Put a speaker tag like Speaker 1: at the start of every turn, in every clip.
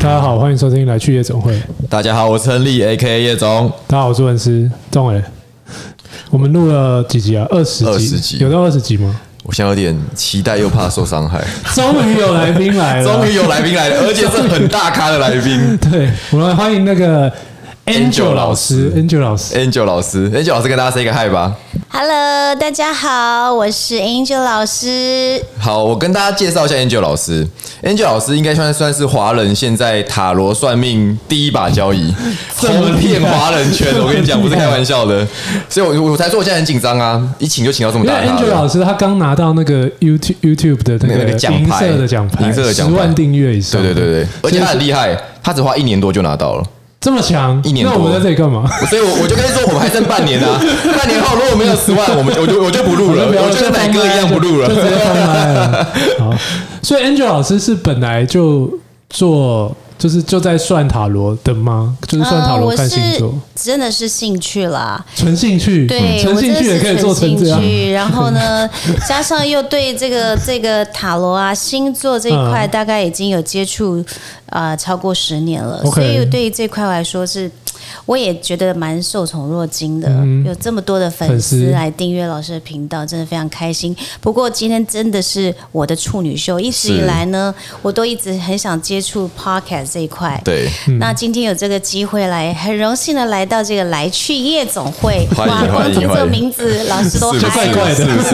Speaker 1: 大家好，欢迎收听《来去夜总会》。
Speaker 2: 大家好，我是亨利，A.K.A 叶总。
Speaker 1: 大家好，我是文思钟伟。我们录了几集啊？二十集，
Speaker 2: 20集
Speaker 1: 有到二十集吗？
Speaker 2: 我现在有点期待，又怕受 伤害。
Speaker 1: 终于有来宾来了，
Speaker 2: 终于有来宾来了，而且是很大咖的来宾
Speaker 1: 对，我们来欢迎那个 Angel
Speaker 2: Angel
Speaker 1: 老
Speaker 2: 老
Speaker 1: 师
Speaker 2: 师哎
Speaker 1: ，Angel 老师。
Speaker 2: ，Angel 老师。Angel 老师跟大家 say 个 hi 吧。
Speaker 3: Hello，大家好，我是 Angel 老师。
Speaker 2: 好，我跟大家介绍一下 Angel 老师。Angel 老师应该算算是华人现在塔罗算命第一把 交椅，
Speaker 1: 这么厉害
Speaker 2: 红遍华人 圈。我跟你讲，不是开玩笑的。所以我，我才说我现在很紧张啊，一请就请到这么
Speaker 1: 因为
Speaker 2: 大咖
Speaker 1: Angel 老
Speaker 2: 的。
Speaker 1: 师他刚拿到那个 YouTube YouTube 的那
Speaker 2: 那
Speaker 1: 个
Speaker 2: 个奖
Speaker 1: 银
Speaker 2: 牌
Speaker 1: 色的奖牌，
Speaker 2: 银色的奖牌
Speaker 1: 十万订阅以上，
Speaker 2: 对对对对，而
Speaker 1: 所
Speaker 2: 且他
Speaker 1: 以
Speaker 2: 很厉害，他只花一年多就拿到了。
Speaker 1: 这么强，
Speaker 2: 一年
Speaker 1: 那我们
Speaker 2: 多
Speaker 1: 在这里干嘛？
Speaker 2: 所以我，我就跟你说，我们还剩半年啊，半年后如果没有十万，我们就我就我就不录了，
Speaker 1: 不要
Speaker 2: 我就跟奶哥一样不录
Speaker 1: 就直接
Speaker 2: 了。
Speaker 1: 放开了。 好，所以 Angel 老师是本来就做，就是就在算塔罗的吗？就是算塔
Speaker 3: 呃
Speaker 1: 罗
Speaker 3: 我
Speaker 1: 看星
Speaker 3: 是
Speaker 1: 座，
Speaker 3: 真的是兴趣啦，
Speaker 1: 纯兴趣，嗯
Speaker 3: 对，
Speaker 1: 纯
Speaker 3: 我真
Speaker 1: 兴
Speaker 3: 的
Speaker 1: 趣也
Speaker 3: 是
Speaker 1: 可以做
Speaker 3: 纯
Speaker 1: 成
Speaker 3: 兴
Speaker 1: 这样。
Speaker 3: 趣。然后呢， 加上又对这个这个塔罗啊、星座这一块，
Speaker 1: 嗯
Speaker 3: 大概已经有接触呃超过十年了，
Speaker 1: OK
Speaker 3: 所以对于这块来说是。我也觉得蛮受宠若惊的，
Speaker 1: 嗯
Speaker 3: 有这么多的粉
Speaker 1: 粉丝
Speaker 3: 丝来订阅老师的频道，真的非常开心。不过今天真的是我的处女秀，一直以
Speaker 2: 是
Speaker 3: 来呢，我都一直很想接触 podcast 这一块，
Speaker 2: 对，
Speaker 3: 那今天有这个机会来，很荣幸的来到这个来去夜总会，
Speaker 2: 欢迎
Speaker 3: 哇，光
Speaker 2: 欢迎
Speaker 3: 听这个
Speaker 2: 欢迎
Speaker 3: 名字，老师 都
Speaker 2: 是不
Speaker 3: 嗨
Speaker 2: 是
Speaker 1: 怪怪的
Speaker 2: 是不是？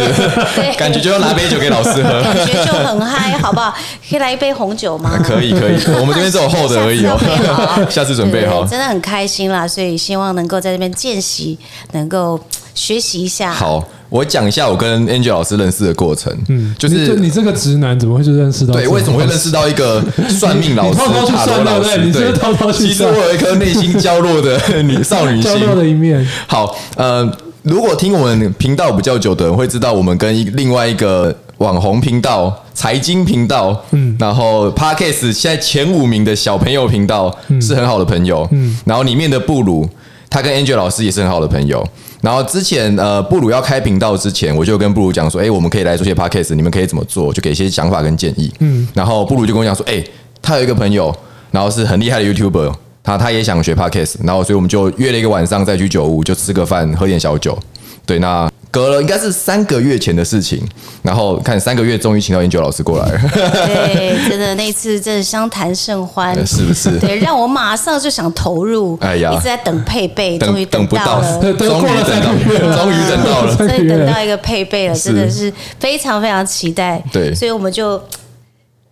Speaker 3: 对，
Speaker 2: 感觉就要拿杯酒给老师喝。
Speaker 3: 感觉就很嗨，好不好？可以来一杯红酒吗？
Speaker 2: 可以可以，我们这边只有厚的而已哦
Speaker 3: 下次要备好，啊
Speaker 2: 下次准备
Speaker 3: 对对
Speaker 2: 好
Speaker 3: 对。真的很开心啦，所以希望能够在这边见习，能够学习一下。，
Speaker 2: 好，我讲一下我跟 Angel 老师认识的过程。嗯，就
Speaker 1: 你这
Speaker 2: 是
Speaker 1: 你这个直男怎么会就认识到这
Speaker 2: 对，
Speaker 1: 种东西？
Speaker 2: 为什么会认识到一个算命老师
Speaker 1: 你偷偷去、
Speaker 2: 塔
Speaker 1: 算
Speaker 2: 罗老
Speaker 1: 对不对
Speaker 2: 师？
Speaker 1: 你是不是偷偷去
Speaker 2: 其实
Speaker 1: 算
Speaker 2: 我有一颗内心娇弱的女 少女
Speaker 1: 角
Speaker 2: 心
Speaker 1: 落，的一面？
Speaker 2: 好，呃，如果听我们频道比较久的人会知道，我们跟一另外一个网红频道、财经频道，嗯，然后 Parkes 现在前五名的小朋友频道、是很好的朋友，嗯，然后里面的布鲁，他跟 Angel 老师也是很好的朋友。然后之前呃，布鲁要开频道之前，我就跟布鲁讲说，哎，我们可以来做些 podcast，你们可以怎么做，就给一些想法跟建议。嗯，然后布鲁就跟我讲说，哎，他有一个朋友，然后是很厉害的 YouTuber，他他也想学 podcast，然后所以我们就约了一个晚上再去酒屋，就吃个饭，喝点小酒。对，那隔了应该是三个月前的事情，然后看三个月终于请到研究老师过来了，
Speaker 3: 对，真的那次真的相谈甚欢，
Speaker 2: 是不是？
Speaker 3: 对，让我马上就想投入，
Speaker 2: 哎呀
Speaker 3: 一直在等配备，终于
Speaker 2: 等等不到，
Speaker 3: 到了。
Speaker 2: 终于
Speaker 1: 对过了
Speaker 2: 等
Speaker 1: 三
Speaker 2: 到
Speaker 1: 个月，了
Speaker 2: 终于等 到 了。
Speaker 3: 所以等到一个配备了，
Speaker 2: 是
Speaker 3: 真的是非常非常期待。
Speaker 2: 对
Speaker 3: 所以我们就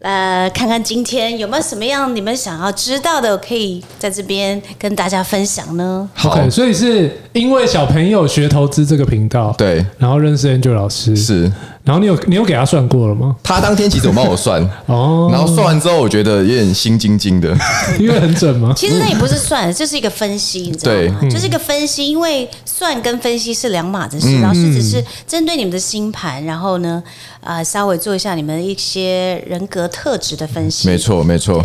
Speaker 3: 呃看看今天有没有什么样你们想要知道的，可以在这边跟大家分享呢。
Speaker 2: 好
Speaker 1: OK，，所以是因为小朋友学投资这个频道，，
Speaker 2: 对，
Speaker 1: 然后认识 Angel 老师，，
Speaker 2: 是
Speaker 1: 然后你有你有给他算过了吗？
Speaker 2: 他当天其实有帮我算，
Speaker 1: 哦，
Speaker 2: 然后算完之后，我觉得有点心惊惊的，
Speaker 1: 因为很准吗？
Speaker 3: 其实那也不是算，
Speaker 2: 嗯
Speaker 3: 这是一个分析，你知道吗？就是一个分析，因为算跟分析是两码子
Speaker 2: 嗯
Speaker 3: 事。老师只是针对你们的星盘，然后呢，呃，稍微做一下你们一些人格特质的分析。
Speaker 2: 没错，没错。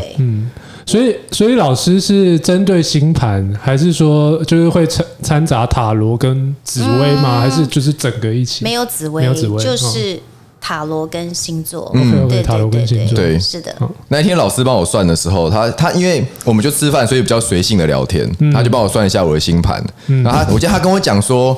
Speaker 1: 所以，所以老师是针对星盘，还是说就是会掺掺杂塔罗跟紫薇吗？还是就是整个一起？
Speaker 3: 嗯没有紫薇，
Speaker 1: 没有紫薇哦
Speaker 3: 就是塔罗跟星座。
Speaker 1: OK，OK，
Speaker 3: 对对
Speaker 1: 塔罗跟
Speaker 3: 对
Speaker 1: 星座
Speaker 2: 嗯对嗯
Speaker 3: 是的。
Speaker 2: 那一天老师帮我算的时候，他他因为我们就吃饭，所以比较随性的聊天，他就帮我算一下我的星盘。然后他我记得他跟我讲说。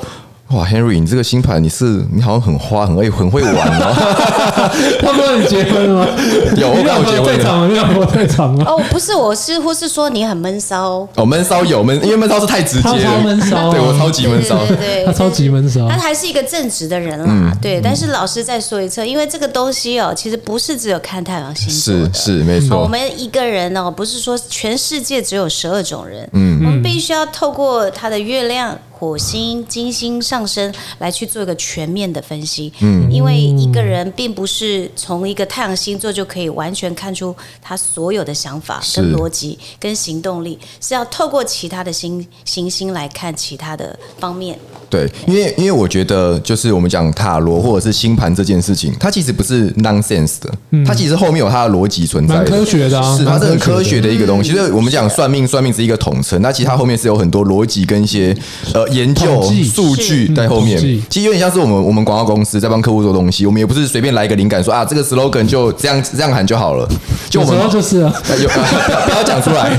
Speaker 2: 哇，Henry，你这个星盘你是你好像很花，很会很会玩哦。
Speaker 1: 他们让你结婚吗？
Speaker 2: 有我
Speaker 1: 你老
Speaker 2: 看我
Speaker 1: 婆
Speaker 2: 结婚
Speaker 1: 在场
Speaker 2: 了。
Speaker 1: 吗？你老婆在场吗？
Speaker 3: 哦，不是，我是或是说你很闷骚，
Speaker 2: 哦，闷骚有闷，因为闷骚是太直接
Speaker 1: 他超闷
Speaker 2: 了。
Speaker 1: 骚啊，
Speaker 2: 对我超级闷骚
Speaker 3: 对，对 对，
Speaker 1: 他超级闷骚嗯
Speaker 3: 他还是一个正直的人啦，对。但是老师再说一次，因为这个东西哦，其实不是只有看太阳星座
Speaker 2: 是
Speaker 3: 的。
Speaker 2: 是没
Speaker 3: 哦我
Speaker 2: 错，
Speaker 3: 们一个人哦，不是说全世界只有十二种人，
Speaker 2: 嗯
Speaker 3: 我们必须要透过他的月亮、火星、金星上升来去做一个全面的分析，嗯，因为一个人并不是从一个太阳星座就可以完全看出他所有的想法、
Speaker 2: 是
Speaker 3: 跟逻辑、跟行动力，是要透过其他的星行星来看其他的方面，
Speaker 2: 对，因为因为我觉得就是我们讲塔罗或者是星盘这件事情，它其实不是 nonsense 的，它其实后面有它的逻辑存在
Speaker 1: 嗯蛮
Speaker 2: 的，
Speaker 1: 科学的嗯啊，
Speaker 2: 是，它
Speaker 1: 蛮
Speaker 2: 是很科学的一个东西。所以我们讲算命，算命是一个统称，那其实它后面是有很多逻辑跟一些呃研究
Speaker 1: 统计
Speaker 2: 数据
Speaker 1: 是
Speaker 2: 在后面
Speaker 1: 嗯统计。
Speaker 2: 其实有点像是我们我们广告公司在帮客户做东西，我们也不是随便来一个灵感说啊，这个 slogan 就这样这样喊就好了。就我 们
Speaker 1: 有时候就是啊
Speaker 2: 呃有不要讲出 来，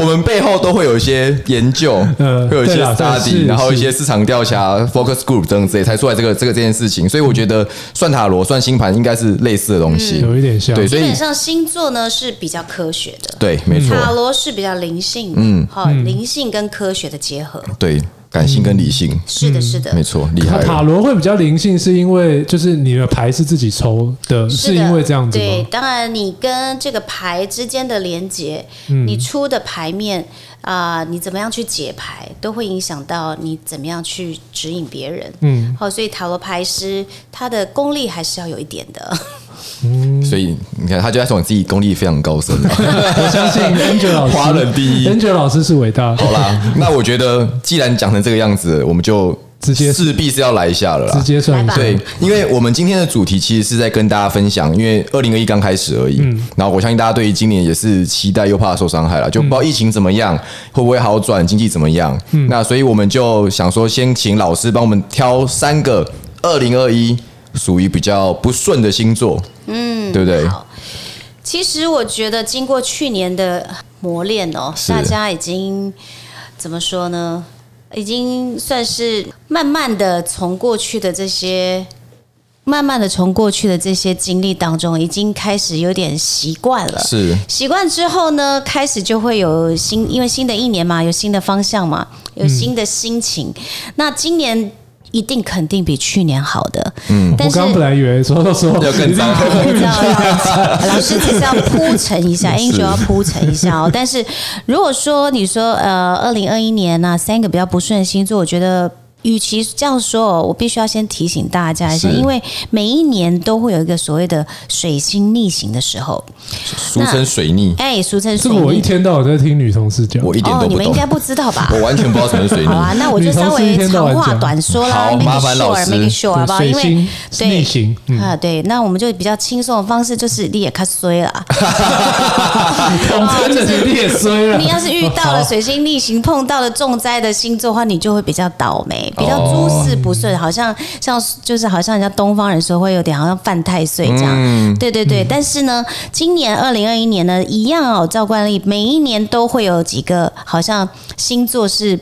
Speaker 2: 我们背后都会有一些研究，
Speaker 1: 嗯
Speaker 2: 会有一些
Speaker 1: 对啦对
Speaker 2: study，
Speaker 1: 是
Speaker 2: 然后一
Speaker 1: 是
Speaker 2: 些市场调查、focus group 等等之类才出来这个这个这件事情。所以我觉得算塔罗、算星盘应该是类似的东西。
Speaker 1: 嗯有一点像，
Speaker 2: 嗯对，所
Speaker 3: 基
Speaker 2: 以
Speaker 3: 本上星座呢是比较科学的，
Speaker 2: 对，没错，
Speaker 3: 塔罗是比较灵性的，嗯，好，灵性跟科学的结合，
Speaker 2: 对，感性跟理性，
Speaker 3: 嗯是的，是的，
Speaker 2: 没错，厉害
Speaker 1: 那塔
Speaker 2: 了。
Speaker 1: 罗会比较灵性，是因为就是你的牌是自己抽的，
Speaker 3: 是的
Speaker 1: 因为这样子
Speaker 3: 对
Speaker 1: 吗，？
Speaker 3: 当然你跟这个牌之间的连接，
Speaker 1: 嗯
Speaker 3: 你出的牌面啊、你怎么样去解牌，都会影响到你怎么样去指引别人。
Speaker 1: 嗯，
Speaker 3: 好、所以塔罗牌师他的功力还是要有一点的。
Speaker 2: 所以你看，他就在说你自己功力非常高深 嘛。
Speaker 1: 我相 信 Angel 老师，
Speaker 2: 华人第一
Speaker 1: Angel 老师是伟大的，
Speaker 2: 好啦，那我觉得既然讲成这个样子，我们就
Speaker 1: 直接
Speaker 2: 势必是要来一下了
Speaker 1: 直
Speaker 2: 啦。
Speaker 1: 接算一
Speaker 3: 来
Speaker 1: 下
Speaker 3: 吧，
Speaker 2: 对，因为我们今天的主题其实是在跟大家分享，因为二零二一刚开始而已，然后我相信大家对于今年也是期待又怕受伤害了，就不知道疫情怎么样，会不会好转，经济怎么样。那所以我们就想说，先请老师帮我们挑三个二零二一属于比较不顺的星座，嗯，对不对？
Speaker 3: 好其实我觉得经过去年的磨练哦，
Speaker 2: 是
Speaker 3: 大家已经怎么说呢？已经算是慢慢的从过去的这些，慢慢的从过去的这些经历当中，已经开始有点习惯了。
Speaker 2: 是
Speaker 3: 习惯之后呢，开始就会有新，因为新的一年嘛，有新的方向嘛，有新的心情。
Speaker 1: 嗯
Speaker 3: 那今年一定肯定比去年好的。嗯，但
Speaker 1: 我
Speaker 3: 是
Speaker 1: 刚。本来以为说到时候
Speaker 2: 要更 糟
Speaker 3: 啊我知道了老师其实要铺陈一下，Angel 要铺陈一 下哦。但是如果说你说呃，二零二一年呢、三个比较不顺的星座，我觉得。与其这样说哦，我必须要先提醒大家一下，
Speaker 2: 是
Speaker 3: 因为每一年都会有一个所谓的水星逆行的时候，
Speaker 2: 俗称水逆，
Speaker 3: 哎，俗称
Speaker 1: 这
Speaker 3: 水
Speaker 1: 个我一
Speaker 3: 逆。
Speaker 1: 天到晚在听女同事讲，
Speaker 2: 我一点
Speaker 3: 哦，
Speaker 2: 都
Speaker 3: 你
Speaker 2: 不
Speaker 3: 们应
Speaker 2: 懂，
Speaker 3: 该不知 道吧？
Speaker 2: 我完全不知道什么是水
Speaker 3: 好
Speaker 2: 逆。
Speaker 3: 啊，那我就
Speaker 1: 女同事
Speaker 3: 稍微
Speaker 1: 一天到
Speaker 3: 长
Speaker 1: 晚
Speaker 3: 话
Speaker 1: 讲
Speaker 3: 短说啦
Speaker 2: 好
Speaker 3: ，make
Speaker 2: 麻烦老
Speaker 3: sure
Speaker 2: 师
Speaker 3: make sure 好不好？
Speaker 1: 水
Speaker 3: 因为
Speaker 1: 星逆行，嗯，
Speaker 3: 啊，对，那我们就比较轻松的方式，就是你也看衰了啊。
Speaker 1: 统称的你也衰了，
Speaker 3: 你要是遇 到了
Speaker 1: 好
Speaker 3: 水星逆行，碰到了重灾的星座的话，你就会比较倒霉，
Speaker 2: 哦
Speaker 3: 比较诸事不顺，好像像就是好像人家东方人说会有点好像犯太岁这样。
Speaker 2: 嗯
Speaker 3: 对对对，但是呢，今年二零二一年呢，一样哦，照惯例，每一年都会有几个好像星座是。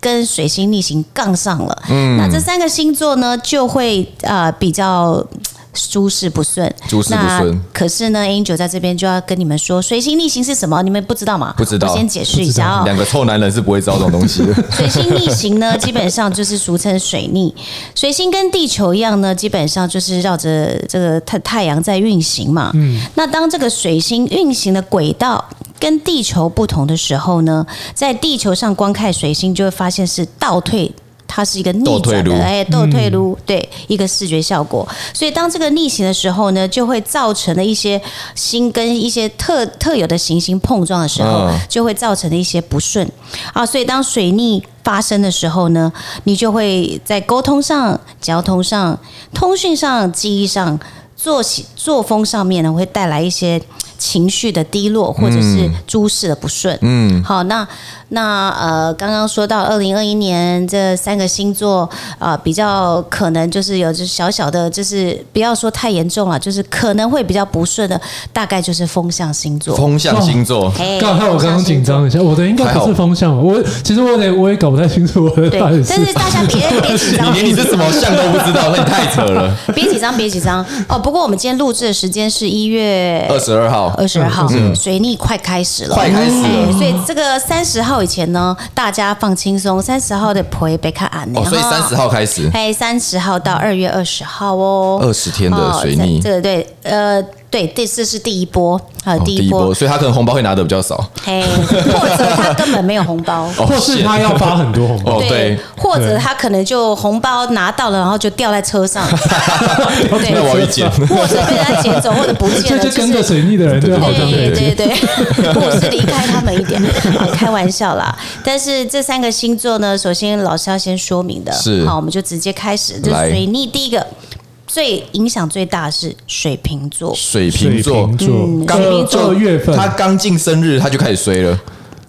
Speaker 3: 跟水星逆行杠上了，
Speaker 2: 嗯
Speaker 3: 那这三个星座呢，就会呃比较诸事不顺，
Speaker 2: 诸事不顺
Speaker 3: 那可是呢，Angel 在这边就要跟你们说，水星逆行是什么？你们不知道吗？
Speaker 2: 不知道
Speaker 3: 我先解释一下 哦。
Speaker 2: 两个臭男人是不会知道这种东 西的。
Speaker 3: 水星逆行呢，基本上就是俗称水逆。水星跟地球一样呢，基本上就是绕着这个太太阳在运行嘛。嗯，那当这个水星运行的轨道跟地球不同的时候呢，在地球上观看水星，就会发现是倒退。它是一个逆
Speaker 2: 倒退
Speaker 3: 转
Speaker 2: 路
Speaker 3: 的，哎，倒退路，对，一个视觉效果。所以当这个逆行的时候呢，就会造成了一些星跟一些特特有的行星碰撞的时候
Speaker 2: 嗯，
Speaker 3: 就会造成的一些不顺啊。所以当水逆发生的时候呢，你就会在沟通上、交通上、通讯上、记忆上、作息作风上面呢，会带来一些情绪的低落，或者是诸事的不顺。嗯，好，那那呃，刚刚说到二零二一年这三个星座啊、呃比较可能就是有这小小的，就是不要说太严重了，就是可能会比较不顺的，大概就是风象星座。
Speaker 2: 风象星座，
Speaker 3: 哎
Speaker 1: 刚好我刚刚紧。张一下，我的应该不是风向吧？我其实我也我也搞不太清楚我的
Speaker 3: 对
Speaker 1: 到底，
Speaker 3: 但是大家别别 紧
Speaker 2: 你
Speaker 3: 张，
Speaker 2: 连你是什么象都不知道，那你太扯了。
Speaker 3: 别紧张，别紧张哦。不过我们今天录制的时间是一月
Speaker 2: 二十二号，
Speaker 3: 二十二号，水逆快开始了，
Speaker 2: 嗯快开始了
Speaker 3: 哎所以这个三十号以前呢，大家放轻松，三十号的陪贝卡安
Speaker 2: 哦，所以三十。号开始，
Speaker 3: 哎，三十号到二月二十号哦，
Speaker 2: 20天的
Speaker 3: 哦
Speaker 2: 水逆
Speaker 3: 这这个对，呃，对，这这是第一波啊，
Speaker 2: 哦
Speaker 3: 第一波，
Speaker 2: 所以他可能红包会拿的比较少。
Speaker 3: 嘿，或者他根本没有红包。
Speaker 2: 哦
Speaker 1: 或是他要发很多红包
Speaker 2: 哦，对
Speaker 3: 或者他可能就红包拿到了，然后就掉在车 上，对
Speaker 2: 那我一捡
Speaker 3: 或者被他捡走，或者不见
Speaker 1: 所以
Speaker 3: 了，
Speaker 1: 就跟着
Speaker 3: 是
Speaker 1: 水逆的人就好像可
Speaker 3: 对
Speaker 1: 以
Speaker 3: 对对， 或者是离开他们一点， 啊开玩笑啦。但是这三个星座呢，首先老师要先说明的，
Speaker 2: 是
Speaker 3: 好，我们就直接开始。就是
Speaker 2: 来
Speaker 3: 水逆第一个最影响最大是水瓶座，
Speaker 2: 水瓶座，
Speaker 1: 水瓶座
Speaker 3: 嗯
Speaker 1: 刚
Speaker 3: 水瓶座
Speaker 1: 二月份
Speaker 2: 他刚进生日他就开始衰了，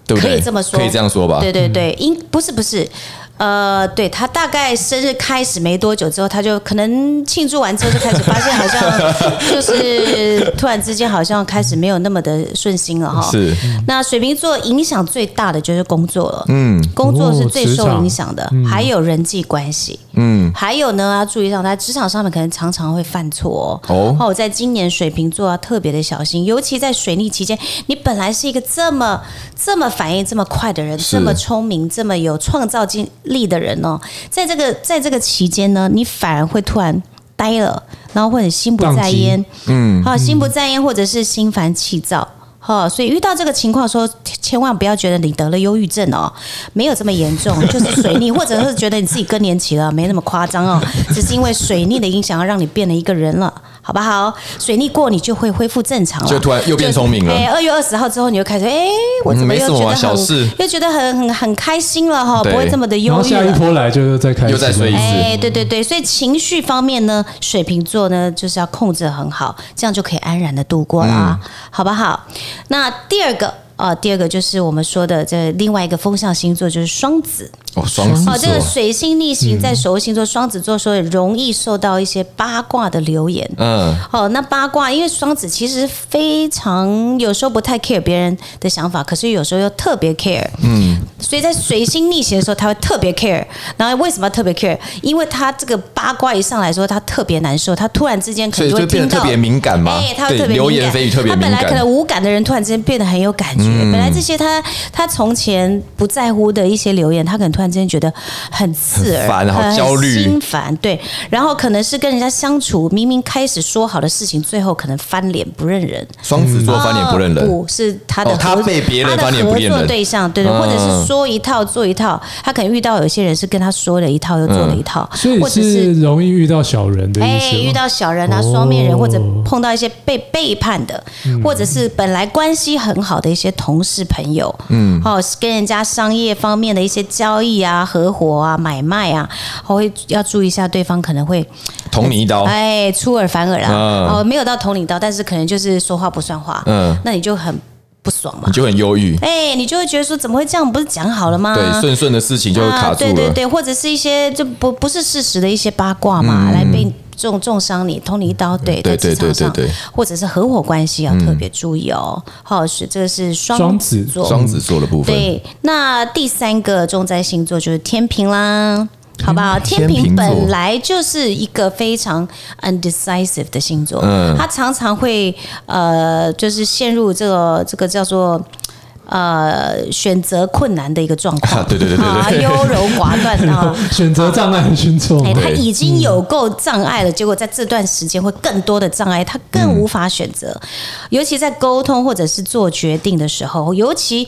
Speaker 2: 对不对？
Speaker 3: 可以这么说，
Speaker 2: 可以这样说吧？
Speaker 3: 对对
Speaker 1: 嗯
Speaker 3: 对，应不是不是。呃，对他大概生日开始没多久之后，他就可能庆祝完之后就开始发现，好像 就是突然之间好像开始没有那么的顺心了哈。
Speaker 2: 是
Speaker 3: 那水瓶座影响最大的就是工作了，嗯，哦工作是最受影响的，还有人际关系，嗯，还有呢，要注意到他职场上面可能常常会犯错
Speaker 2: 哦
Speaker 3: 哦。哦，在今年水瓶座要啊特别的小心，尤其在水逆期间，你本来是一个这么这么反应这么快的人，
Speaker 2: 是
Speaker 3: 这么聪明、这么有创造精力的人哦，在这个在这个期间呢，你反而会突然。呆了，然后会很心不在焉，嗯，好、心不在焉，或者是心烦气躁，好、所以遇到这个情况的时候，千千万不要觉得你得了忧郁症哦，没有这么严重，就是水逆，或者是觉得你自己更年期了，没那么夸张哦，只是因为水逆的影响，让你变了一个人了，好不好？水逆过，你就会恢复正常了，
Speaker 2: 就突然又变聪明了
Speaker 3: 哎，二月二十号之后，你就开始，哎，我怎么
Speaker 2: 嗯没
Speaker 3: 又
Speaker 2: 什么
Speaker 3: 觉得
Speaker 2: 啊
Speaker 3: 很，
Speaker 2: 小事
Speaker 3: 又觉得很很很开心了哈、
Speaker 2: 对
Speaker 3: 不会这么的
Speaker 1: 然
Speaker 3: 忧
Speaker 1: 后
Speaker 3: 郁
Speaker 1: 下一
Speaker 3: 了。
Speaker 1: 波来就又再开始
Speaker 2: 又再睡一次
Speaker 3: 哎，对对对，所以情绪方面呢，水瓶座呢就是要控制得很好，这样就可以安然的度过啦，
Speaker 2: 嗯
Speaker 3: 好不好？那第二个啊、呃第二个就是我们说的这另外一个风象星座就是双子
Speaker 2: 哦，双子
Speaker 3: 哦，这个
Speaker 2: 座，嗯
Speaker 3: 水星逆行在守护星座双子座，所以容易受到一些八卦的流言。
Speaker 2: 嗯，
Speaker 3: 哦，那八卦，因为双子其实非常有时候不太 care 别人的想法，可是有时候又特别 care，嗯，所以在随心逆行的时候，他会特别 care。然后为什么要特别 care？因为他这个八卦一上来说，他特别难受，他突然之间可
Speaker 2: 所
Speaker 3: 能
Speaker 2: 以
Speaker 3: 就会
Speaker 2: 就变
Speaker 3: 听
Speaker 2: 得
Speaker 3: 到
Speaker 2: 特别敏感嘛
Speaker 3: 哎，，他会
Speaker 2: 对，
Speaker 3: 特别
Speaker 2: 流
Speaker 3: 敏
Speaker 2: 言
Speaker 3: 感
Speaker 2: 蜚语特别
Speaker 3: 他
Speaker 2: 敏
Speaker 3: 本来可
Speaker 2: 感，
Speaker 3: 能
Speaker 2: 嗯
Speaker 3: 无感的人，突然之间变得很有感觉。本来这些他他从前不在乎的一些流言，他可能突然之间觉得很刺耳，
Speaker 2: 很烦好
Speaker 3: 很
Speaker 2: 焦虑
Speaker 3: 心烦。对，然后可能是跟人家相处，明明开始说好的事情，最后可能翻脸不认人。
Speaker 2: 双子座翻脸不认
Speaker 3: 哦
Speaker 2: 人，
Speaker 3: 不是他的
Speaker 2: 哦
Speaker 3: 合、
Speaker 2: 他被别人
Speaker 3: 他的
Speaker 2: 翻脸不认人
Speaker 3: 合作对象，对对，
Speaker 2: 嗯
Speaker 3: 或者是说一套做一套。他可能遇到有些人是跟他说了一套又做了一套，
Speaker 2: 嗯
Speaker 1: 所以
Speaker 3: 或者是
Speaker 1: 是容易遇到小人的意
Speaker 3: 哎、
Speaker 1: 思吗。
Speaker 3: 遇到小人啊、
Speaker 1: 哦
Speaker 3: 双面人，或者碰到一些被背叛的，或者是本来关系很好的一些同事朋友，嗯，哦，跟人家商业方面的一些交易啊、合伙啊、买卖啊，我会要注意一下对方可能会
Speaker 2: 捅你一刀，
Speaker 3: 哎出尔反尔啊，
Speaker 2: 嗯
Speaker 3: 哦，没有到捅你刀，但是可能就是说话不算话，
Speaker 2: 嗯
Speaker 3: 那你就很不爽嘛
Speaker 2: 你。就很忧郁，
Speaker 3: 哎、你就会觉得说怎么会这样？不是讲好了吗？
Speaker 2: 对，顺顺的事情就会卡住
Speaker 3: 嗯啊。对对
Speaker 2: 了，
Speaker 3: 对，或者是一些就不不是事实的一些八卦嘛，来被重重伤你，捅你一刀。对，
Speaker 2: 嗯对
Speaker 3: 在
Speaker 2: 对
Speaker 3: 职场上
Speaker 2: 对对对，嗯
Speaker 3: 或者是合伙关系要特别注意哦。好，是这个是
Speaker 1: 双
Speaker 3: 双
Speaker 1: 子
Speaker 3: 座。
Speaker 2: 双子座的部分，
Speaker 3: 对，那第三个重灾星座就是天平啦。好不好？
Speaker 2: 嗯天
Speaker 3: 天
Speaker 2: 秤
Speaker 3: 平
Speaker 2: 座
Speaker 3: 本来就是一个非常 undecisive 的星座，
Speaker 2: 嗯
Speaker 3: 它常常会呃，就是陷入这个这个叫做呃选择困难的一个状 况。
Speaker 2: 啊对对对对
Speaker 3: 啊，
Speaker 2: 对
Speaker 3: 优柔寡断 啊。
Speaker 1: 选择障碍的星座嘛
Speaker 3: 哎，，他
Speaker 2: 对
Speaker 3: 已经有够障碍了，结果在这段时间会更多的障碍，他更
Speaker 2: 嗯
Speaker 3: 无法选择，尤其在沟通或者是做决定的时候，尤其。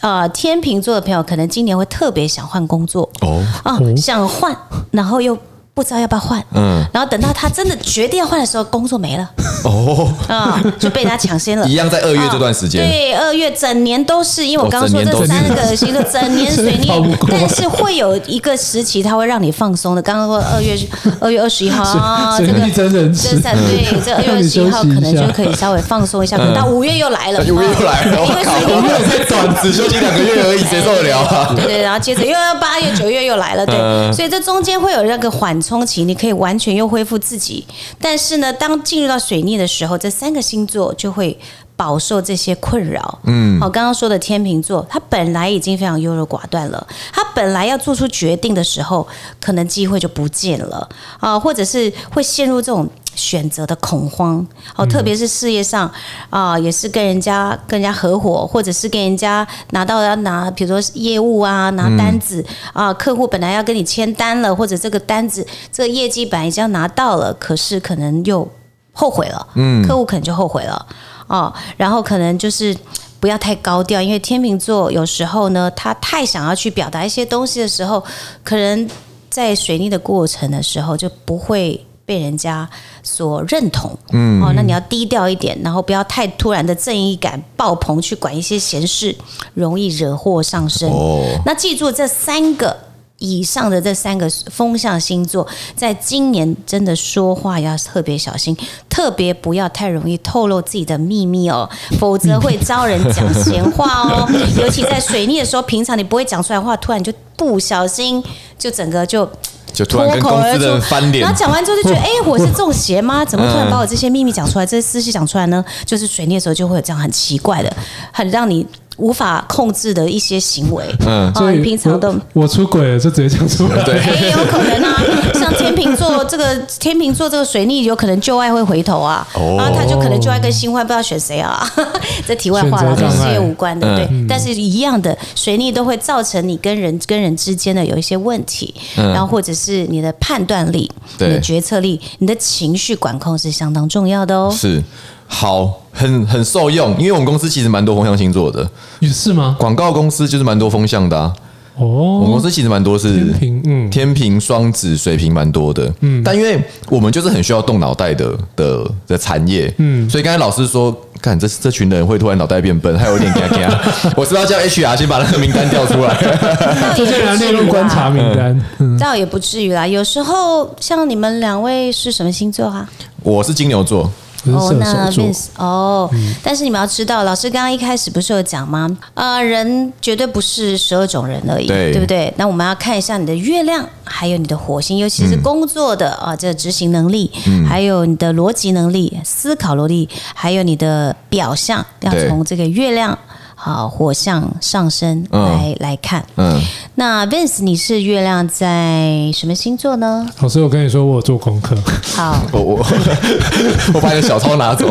Speaker 3: 呃，天秤座的朋友可能今年会特别想换工作
Speaker 2: 哦，
Speaker 3: 啊，想换，然后又不知道要不要换，
Speaker 2: 嗯，
Speaker 3: 然后等到他真的决定要换的时候，工作没了
Speaker 2: 哦，
Speaker 3: 啊，就被人家抢 先了
Speaker 2: 一。样在二月这段时间，
Speaker 3: 对，二月整年都是，因为我
Speaker 2: 哦
Speaker 3: 刚刚说
Speaker 2: 整年都是
Speaker 3: 这三个星座整年水
Speaker 1: 真的
Speaker 3: 逆
Speaker 1: 逃不过，
Speaker 3: 但是会有一个时期它会让你放松的。刚刚说二月二月二十一号啊，
Speaker 1: 水
Speaker 3: 这个
Speaker 1: 逆真人
Speaker 3: 这
Speaker 1: 是
Speaker 3: 三对这二月
Speaker 1: 让
Speaker 3: 二
Speaker 1: 你
Speaker 3: 十一
Speaker 1: 休
Speaker 3: 号
Speaker 1: 息
Speaker 3: 可
Speaker 1: 一
Speaker 3: 能就
Speaker 1: 下。
Speaker 3: 可以稍微放松一下，可能到五月又 来了，
Speaker 2: 哎又又来了，
Speaker 3: 啊 因
Speaker 2: 我
Speaker 3: 为
Speaker 2: 靠，
Speaker 3: 水
Speaker 2: 我
Speaker 3: 逆
Speaker 2: 们也在短只休息两个月而已，谁受得了 啊？
Speaker 3: 对对，然后接着又要八月、九月又来了，对，所以这中间会有那个缓冲期，你可以完全又恢复自己。但是呢，当进入到水逆的时候，这三个星座就会。饱受这些困扰，嗯，好，刚刚说的天秤座，他本来已经非常优柔寡断了，他本来要做出决定的时候，可能机会就不见了啊，或者是会陷入这种选择的恐慌哦，特别是事业上啊、也是跟人家跟人家合伙，或者是跟人家拿到要拿，比如说业务啊，拿单子啊、客户本来要跟你签单了，或者这个单子这个业绩本来已经要拿到了，可是可能又后悔了，客户可能就后悔了哦，然后可能就是。不要太高调，因为天秤座有时候呢，他太想要去表达一些东西的时候，可能在水逆的过程的时候就不会被人家所认同。嗯，哦，那你要低调一点，然后不要太突然的正义感爆棚去管一些闲事，容易惹祸上身。
Speaker 2: 哦
Speaker 3: 那记住这三个。以上的这三个风象星座，在今年真的说话要特别小心，特别不要太容易透露自己的秘密哦，否则会招人讲闲话哦。尤其在水逆的时候，平常你不会讲出来的话，突然就不小心就整个就
Speaker 2: 就突
Speaker 3: 脱
Speaker 2: 然跟
Speaker 3: 口
Speaker 2: 公
Speaker 3: 而
Speaker 2: 司的
Speaker 3: 出
Speaker 2: 人翻脸
Speaker 3: 然后，讲完之后就觉 得，哎、我是中邪吗？怎么突然把我这些秘密讲出来，这些私事讲出 来呢？就是水逆的时候就会有这样很奇怪的，很让你无法控制的一些行为。嗯，哦，
Speaker 1: 所以
Speaker 3: 你平常都。
Speaker 1: 我我出轨了就直接讲出来，
Speaker 2: 对
Speaker 3: 也有可能啊，像天秤座这个天秤座这个水逆，有可能旧爱会回头啊，
Speaker 1: 哦
Speaker 3: 然后他就可能旧爱跟新欢不知道选谁啊， 这题外话啦，
Speaker 1: 选择
Speaker 3: 跟
Speaker 1: 障碍
Speaker 3: 事业无关的，对。
Speaker 1: 嗯
Speaker 3: 但是一样的，水逆都会造成你跟人跟人之间的有一些问题，
Speaker 1: 嗯
Speaker 3: 然后或者是你的判断力、你
Speaker 2: 对
Speaker 3: 的决策力、你的情绪管控是相当重要的 哦。
Speaker 2: 是好，很很受用，因为我们公司其实蛮多风象星座的，
Speaker 1: 是吗？
Speaker 2: 广告公司就是蛮多风象的啊。我们公
Speaker 1: 哦，
Speaker 2: 司其实蛮多是
Speaker 1: 天平嗯
Speaker 2: 天平、双子、水瓶蛮多的，嗯，但因为我们就是很需要动脑袋的的的产业，嗯，所以刚才老师说，看这这群人会突然脑袋变笨，还有点 尴尬，我是不是要叫 HR 先把那个名单调出 来，
Speaker 1: 这竟然列入观察名单，嗯，
Speaker 3: 倒也不至于啦，有时候像你们两位是什么星座啊？
Speaker 2: 我是金牛座，
Speaker 1: 这是
Speaker 3: 哦，那
Speaker 1: 射手座嗯
Speaker 3: Vince 哦，但是你们要知道，老师刚刚一开始不是有讲吗？呃，人绝对不是十二种人而已，
Speaker 2: 对
Speaker 3: 不对？那我们要看一下你的月亮，还有你的火星，尤其
Speaker 2: 嗯
Speaker 3: 是工作的啊、这个执行能力，还有你的逻辑能力、思考能力，还有你的表象，要
Speaker 2: 对
Speaker 3: 从这个月亮。好，火象上升
Speaker 2: 嗯
Speaker 3: 来、来看，
Speaker 2: 嗯，
Speaker 3: 那 Vince 你是月亮在什么星座 呢？
Speaker 1: 老哦师，我跟你说，我有做功课，
Speaker 3: 好，
Speaker 2: 我我 我把你的小抄拿走，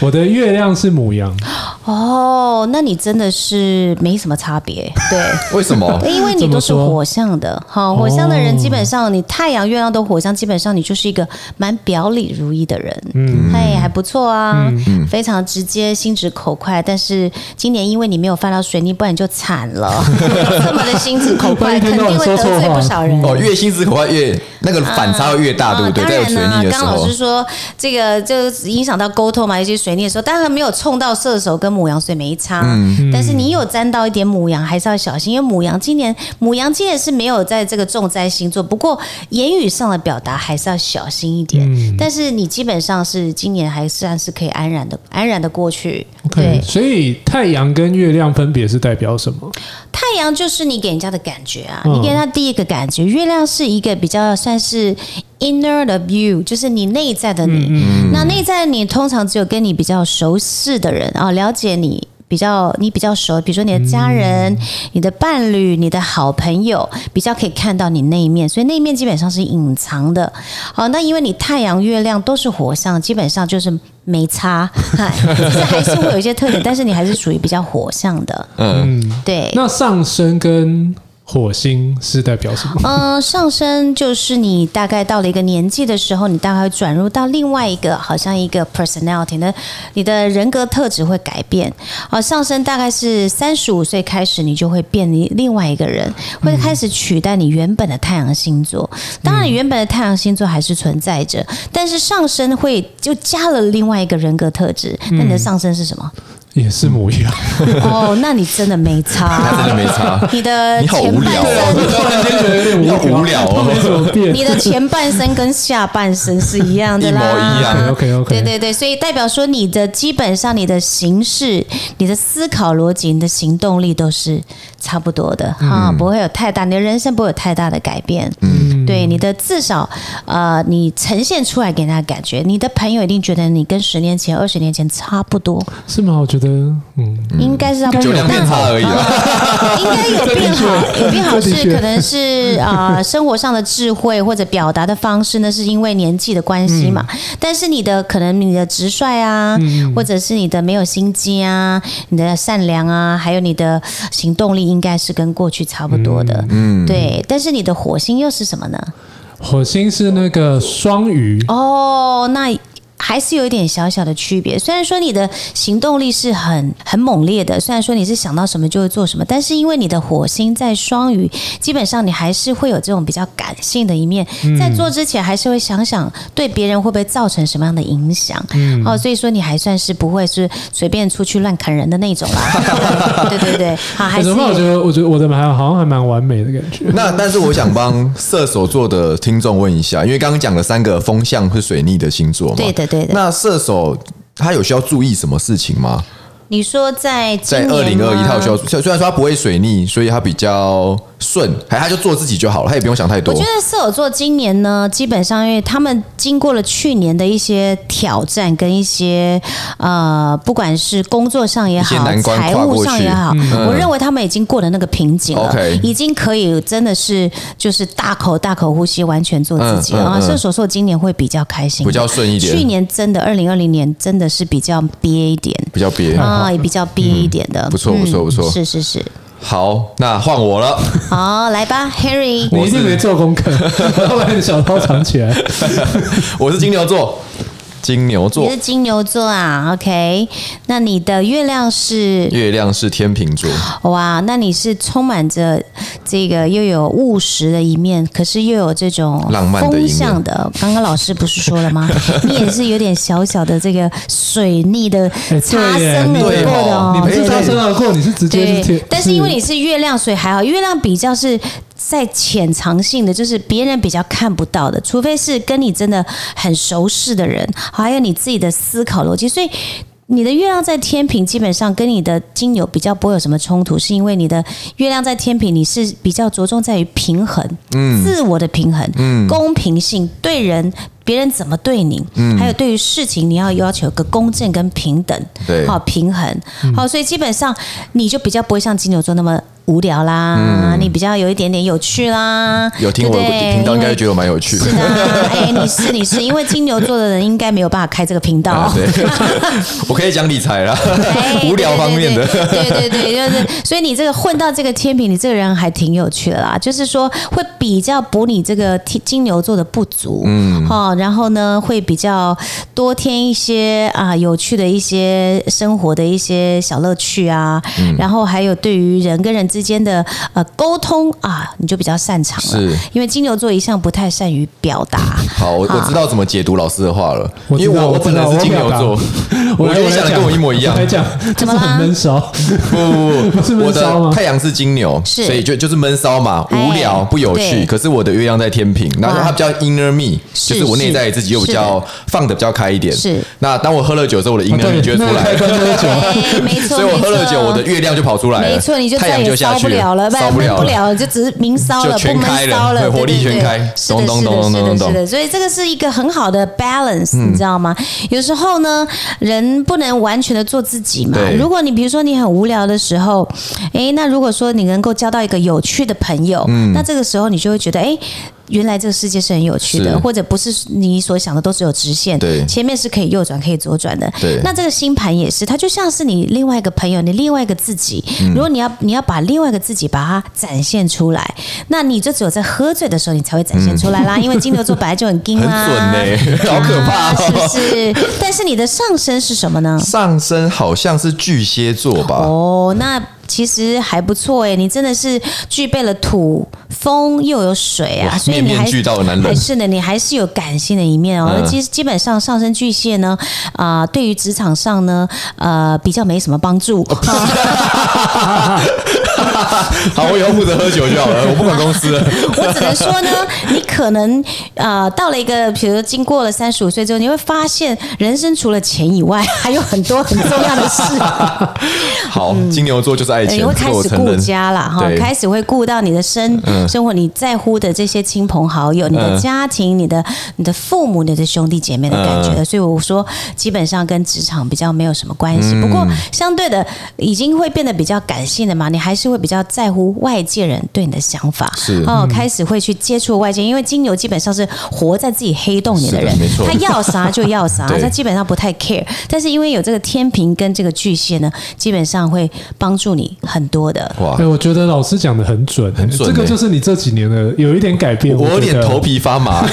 Speaker 1: 我的月亮是母羊，
Speaker 3: 哦，那你真的是没什么差别，对，
Speaker 2: 为什
Speaker 1: 哦
Speaker 2: 么？
Speaker 3: 因为你都是火象的，好，火象的人基本上你太阳、月亮都火象，基本上你就是一个蛮表里如一的人，嗯，嘿，还不错啊，
Speaker 1: 嗯
Speaker 3: 非常直接、心直口快。但是今年因为你没有犯到水逆，不然你就惨 了，这么的心直口快，
Speaker 1: 一
Speaker 3: 肯
Speaker 1: 天到
Speaker 3: 定
Speaker 1: 晚
Speaker 3: 会
Speaker 1: 说
Speaker 3: 得
Speaker 1: 错话
Speaker 3: 罪不少人。
Speaker 2: 哦，越心直口快越那个反差会越大，对不对？
Speaker 3: 啊
Speaker 2: 在有
Speaker 3: 当
Speaker 2: 水
Speaker 3: 然啦，
Speaker 2: 逆的时
Speaker 3: 刚老
Speaker 2: 候
Speaker 3: 师， 说这个就影响到沟通嘛，尤其水逆的时候，当然没有冲到射手跟母羊，所以没差。
Speaker 2: 嗯
Speaker 3: 但是你有沾到一点母羊，还是要小心，因为母羊今年母羊今年是没有在这个重灾星座，不过言语上的表达还是要小心一点。但是你基本上是今年还算是可以安然的安然的过去。 对
Speaker 1: OK，，所以太阳跟月亮分别是代表什
Speaker 3: 哎
Speaker 1: 么？
Speaker 3: 太阳就是你给人家的感觉啊，
Speaker 1: 嗯
Speaker 3: 你给人家第一个感觉，月亮是一个比较算是 inner 的 view，就是你内在的你。那内在的你通常只有跟你比较熟识的人啊、了解你。比较你比较熟，比如说你的家人、你的伴侣、你的好朋友，比较可以看到你那一面，所以那一面基本上是隐藏的。好，那因为你太阳、月亮都是火象，基本上就是没差， 嗨就是还是会有一些特点，但是你还是属于比较火象的。
Speaker 2: 嗯，
Speaker 3: 对，
Speaker 1: 那上升跟火星是代表什么？
Speaker 3: 嗯，上升就是你大概到了一个年纪的时候，你大概会转入到另外一个，好像一个 personality 你的你的人格特质会改变。啊，上升大概是三十五岁开始，你就会变你另外一个人，会开始取代你原本的太阳星座。当然，原本的太阳星座还是存在着，但是上升会就加了另外一个人格特质。
Speaker 2: 嗯
Speaker 3: 那你的上升是什 么？
Speaker 1: 也是母 羊，
Speaker 3: 哦，那你真的没
Speaker 2: 那真的
Speaker 3: 差。
Speaker 2: 没差。
Speaker 3: 你 的
Speaker 2: 你好
Speaker 3: 呃前
Speaker 2: 无
Speaker 3: 半
Speaker 2: 聊
Speaker 3: 生
Speaker 2: 哦，突然间觉得有点
Speaker 3: 啊
Speaker 2: 无聊
Speaker 1: 没什
Speaker 2: 哦。
Speaker 1: 么 变
Speaker 3: 你的前半生跟下半生是一样的啦，
Speaker 2: 一模一样
Speaker 1: OK，OK，OK
Speaker 3: 对对对，所以代表说你的基本上你的形式、你的思考逻辑、你的行动力都是差不多的哈、不会有太大，你的人生不会有太大的改变。嗯，对，你的至少呃，你呈现出来给人家感觉，你的朋友一定觉得你跟十年前、二十年前差不多，
Speaker 1: 是吗？我觉得，嗯，
Speaker 3: 应该是差不
Speaker 2: 酒
Speaker 3: 多。
Speaker 2: 量
Speaker 3: 但
Speaker 2: 变差而已啊，
Speaker 3: 应该有 变好，有变好
Speaker 1: 这的
Speaker 3: 是
Speaker 1: 确
Speaker 3: 可 能是啊、呃生活上的智慧或者表达的方式呢，是因为年纪的关系嘛。
Speaker 1: 嗯
Speaker 3: 但是你的可能你的直率啊，或者是你的没有心机啊，你的善良啊，还有你的行动力，应该是跟过去差不多的。嗯，对。但是你的火星又是什么呢？
Speaker 1: 火星是那个双鱼，
Speaker 3: 哦，那还是有一点小小的区别。虽然说你的行动力是很很猛烈的，虽然说你是想到什么就会做什么，但是因为你的火星在双鱼，基本上你还是会有这种比较感性的一面。
Speaker 2: 嗯
Speaker 3: 在做之前，还是会想想对别人会不会造成什么样的影响。
Speaker 2: 嗯
Speaker 3: 哦，所以说你还算是不会是随便出去乱砍人的那种 啦。对对对，好，还
Speaker 1: 哎怎
Speaker 3: 是
Speaker 1: 么办？我觉得我觉得我的还好像还蛮完美的感 觉。
Speaker 2: 那但是我想帮射手座的听众问一下，因为刚刚讲了三个风象是水逆的星座嘛，
Speaker 3: 对的对的
Speaker 2: 那射手他有需要注意什么事情吗？
Speaker 3: 你说在今
Speaker 2: 在二
Speaker 3: 年啊
Speaker 2: 零二一，
Speaker 3: 吗
Speaker 2: 他有需要，虽虽然说他不会水逆，所以他比较顺，还他就做自己就好了，他也不用想太多
Speaker 3: 我觉。得射手座今年呢，基本上因为他们经过了去年的一些挑战跟一些呃，不管是工作上也
Speaker 2: 一些
Speaker 3: 好，
Speaker 2: 难关
Speaker 3: 财
Speaker 2: 跨过
Speaker 3: 务
Speaker 2: 去嗯
Speaker 3: 上也好，我认为他们已经过了那个瓶颈了
Speaker 2: OK
Speaker 3: 已经可以真的是就是大口大口呼吸，完全做自己了。
Speaker 2: 嗯嗯
Speaker 3: 啊
Speaker 2: 嗯
Speaker 3: 射手座今年会比较开心，
Speaker 2: 比较顺一点
Speaker 3: 去年真的二零二零年真的是比较憋一点
Speaker 2: 比较憋，
Speaker 3: 啊，也比较憋一点的。
Speaker 2: 嗯不错
Speaker 3: 嗯
Speaker 2: 不错不错
Speaker 3: 是是是。
Speaker 2: 好，那换我了。
Speaker 3: 好，来吧，Harry。
Speaker 1: 你一定没做功 课，要不然你小偷藏起来。
Speaker 2: 我是金牛座，金牛
Speaker 3: 你
Speaker 2: 座
Speaker 3: 是金牛座啊，OK？那你的月亮是
Speaker 2: 月亮是天秤 座，
Speaker 3: 哇，那你是充满着这个又有务实的一面，可是又有这种
Speaker 2: 浪漫的一面
Speaker 3: 风向的。刚刚老师不是说了 吗？你也是有点小小的这个水逆的
Speaker 1: 哎
Speaker 3: 擦
Speaker 1: 对耶
Speaker 3: 身而过
Speaker 2: 对
Speaker 3: 的
Speaker 2: 哦
Speaker 3: 哦，
Speaker 1: 你不
Speaker 2: 哎
Speaker 1: 是
Speaker 2: 对
Speaker 1: 擦身而过，你是直接是
Speaker 3: 对
Speaker 1: 贴，，
Speaker 3: 但是因为你是月亮，所以还好。月亮比较是在潜藏性的，就是别人比较看不到的，除非是跟你真的很熟识的人，还有你自己的思考逻辑，所以。你的月亮在天平，基本上跟你的金牛比较不会有什么冲突，是因为你的月亮在天平，你是比较着重在于平衡，
Speaker 1: 嗯
Speaker 3: 自我的平衡，公平性，对人别人怎么对你，
Speaker 1: 嗯
Speaker 3: 还有对于事情，你要要求有个公正跟平等，
Speaker 2: 对
Speaker 3: 好平衡，
Speaker 2: 嗯
Speaker 3: 好，所以基本上你就比较不会像金牛座那么无聊啦，你比较有一点点有趣啦，
Speaker 2: 嗯有听我
Speaker 3: 对不对
Speaker 2: 频道应该觉
Speaker 3: 因
Speaker 2: 得
Speaker 3: 为
Speaker 2: 蛮有趣的
Speaker 3: 是。的啊，哎，你是你是，因为金牛座的人应该没有办法开这个频道
Speaker 2: 啊，， 对，我可以讲理财啦，
Speaker 3: 哦 哎
Speaker 2: 无聊方面的。
Speaker 3: 对对对对对对，就是，所以你这个混到这个天平，你这个人还挺有趣的啦，就是说会比较补你这个天金牛座的不足，嗯，哦，然后呢会比较多添一些啊有趣的一些生活的一些小乐趣啊，
Speaker 2: 嗯
Speaker 3: 然后还有对于人跟人之间的呃沟通啊，你就比较擅长了，
Speaker 2: 是
Speaker 3: 因为金牛座一向不太善于表 达，
Speaker 2: 好，我我知道怎么解读老师的话了，因
Speaker 1: 我
Speaker 2: 为
Speaker 1: 知道
Speaker 2: 我
Speaker 1: 我
Speaker 2: 本
Speaker 1: 知
Speaker 2: 来
Speaker 1: 道
Speaker 2: 是金
Speaker 1: 我
Speaker 2: 牛
Speaker 1: 表达
Speaker 2: 座， 我
Speaker 1: 来
Speaker 2: 就想
Speaker 1: 来
Speaker 2: 跟我一模一样
Speaker 1: 我来讲，就是
Speaker 3: 怎么啦
Speaker 1: 很闷骚，
Speaker 2: 不不不，
Speaker 1: 不是闷
Speaker 2: 我
Speaker 1: 骚
Speaker 2: 的
Speaker 1: 吗
Speaker 2: 太阳是金牛，
Speaker 3: 是
Speaker 2: 所以就就是闷骚嘛，
Speaker 3: 哎
Speaker 2: 无聊不有趣。
Speaker 3: 对
Speaker 2: 可是我的月亮在天平，然后
Speaker 3: 哇
Speaker 2: 它比较 inner me，
Speaker 3: 是
Speaker 2: 就是我内在自己又比较放的比较开一点。
Speaker 3: 是
Speaker 2: 那当我喝了酒之后，我的 inner me 就会出
Speaker 1: 那个
Speaker 2: 来
Speaker 1: 开。关多久？
Speaker 3: 哎，没错，
Speaker 2: 所以我喝了
Speaker 3: 没错
Speaker 2: 酒，我的月亮就跑出来了，
Speaker 3: 啊没错，你就
Speaker 2: 太
Speaker 3: 再
Speaker 2: 阳就
Speaker 3: 也
Speaker 2: 下
Speaker 3: 烧
Speaker 2: 去
Speaker 3: 不了了，不
Speaker 2: 烧
Speaker 3: 然
Speaker 2: 不
Speaker 3: 闷
Speaker 2: 了
Speaker 3: 不了，就只是明烧
Speaker 2: 就
Speaker 3: 了，不
Speaker 2: 全开
Speaker 3: 闷
Speaker 2: 了
Speaker 3: 烧
Speaker 2: 对
Speaker 3: 对
Speaker 2: 火力
Speaker 3: 对
Speaker 2: 全
Speaker 3: 对
Speaker 2: 开
Speaker 3: 是
Speaker 2: 咚
Speaker 3: 的，
Speaker 2: 咚
Speaker 3: 是
Speaker 2: 咚
Speaker 3: 的，是
Speaker 2: 咚咚
Speaker 3: 的，
Speaker 2: 咚嗯
Speaker 3: 是的，所以这个是一个很好的 balance，你知道吗？有时候呢，人不能完全的做自己嘛
Speaker 2: 对。
Speaker 3: 如果你比如说你很无聊的时候，诶，那如果说你能够交到一个有趣的朋友，
Speaker 2: 嗯
Speaker 3: 那这个时候你就会觉得，诶，原来这个世界是很有趣
Speaker 2: 是
Speaker 3: 的，或者不是你所想的都是有直线，
Speaker 2: 对
Speaker 3: 前面是可以右转可以左转的，
Speaker 2: 对
Speaker 3: 那这个星盘也是，它就像是你另外一个朋友，你另外一个自己。
Speaker 2: 嗯
Speaker 3: 如果你要你要把另外一个自己把它展现出来，那你就只有在喝醉的时候你才会展现出来啦。因为金牛座本来就很硬
Speaker 2: 嗯 很
Speaker 3: 啦，
Speaker 2: 准呢，好可怕
Speaker 3: 啊
Speaker 2: 哦。
Speaker 3: 是不是？但是你的上身是什么呢？
Speaker 2: 上升好像是巨蟹座吧？
Speaker 3: 哦，那其实还不错哎，你真的是具备了土风又有水啊，
Speaker 2: 哇
Speaker 3: 所以你
Speaker 2: 面面
Speaker 3: 还
Speaker 2: 俱到的男人
Speaker 3: 还是呢，你还是有感性的一面哦。
Speaker 2: 嗯
Speaker 3: 那基、基本上上升巨蟹呢，啊、对于职场上呢，呃，比较没什么帮助。
Speaker 2: 哦 好，我以后负责喝酒就好了，我不管公 司了。
Speaker 3: 我只能说呢，你可能呃到了一个，比如说经过了三十五岁之后，你会发现人生除了钱以外，还有很多很重要的事。
Speaker 2: 好，金牛座就是爱
Speaker 3: 你
Speaker 2: 情，
Speaker 3: 会
Speaker 2: 这
Speaker 3: 嗯哎开
Speaker 2: 个我
Speaker 3: 始
Speaker 2: 承
Speaker 3: 顾
Speaker 2: 认。
Speaker 3: 家啦，哈
Speaker 2: 对，嗯
Speaker 3: 开始会顾到你的生、生活，你在乎的这些亲朋好友、你的家庭、你的你的父母、你的兄弟姐妹的感觉了。
Speaker 2: 嗯
Speaker 3: 所以我说，基本上跟职场比较没有什么关
Speaker 2: 嗯
Speaker 3: 系。不过相对的，已经会变得比较感性的嘛，你还是会比较在乎外界人对你的想法，
Speaker 2: 是嗯
Speaker 3: 哦，开始会去接触外界，因为金牛基本上是活在自己黑洞里
Speaker 2: 是的
Speaker 3: 人
Speaker 2: 没错，
Speaker 3: 他要啥就要 啥
Speaker 2: 对，
Speaker 3: 他基本上不太 care。但是因为有这个天平跟这个巨蟹呢，基本上会帮助你你很多的。
Speaker 2: 哇
Speaker 1: 哎、，我觉得老师讲的很准，很
Speaker 2: 准
Speaker 1: 这个
Speaker 2: 欸
Speaker 1: 就是你这几年的有一点改变，
Speaker 2: 我有
Speaker 1: 觉
Speaker 2: 点
Speaker 1: 得
Speaker 2: 头。皮发麻。
Speaker 1: 你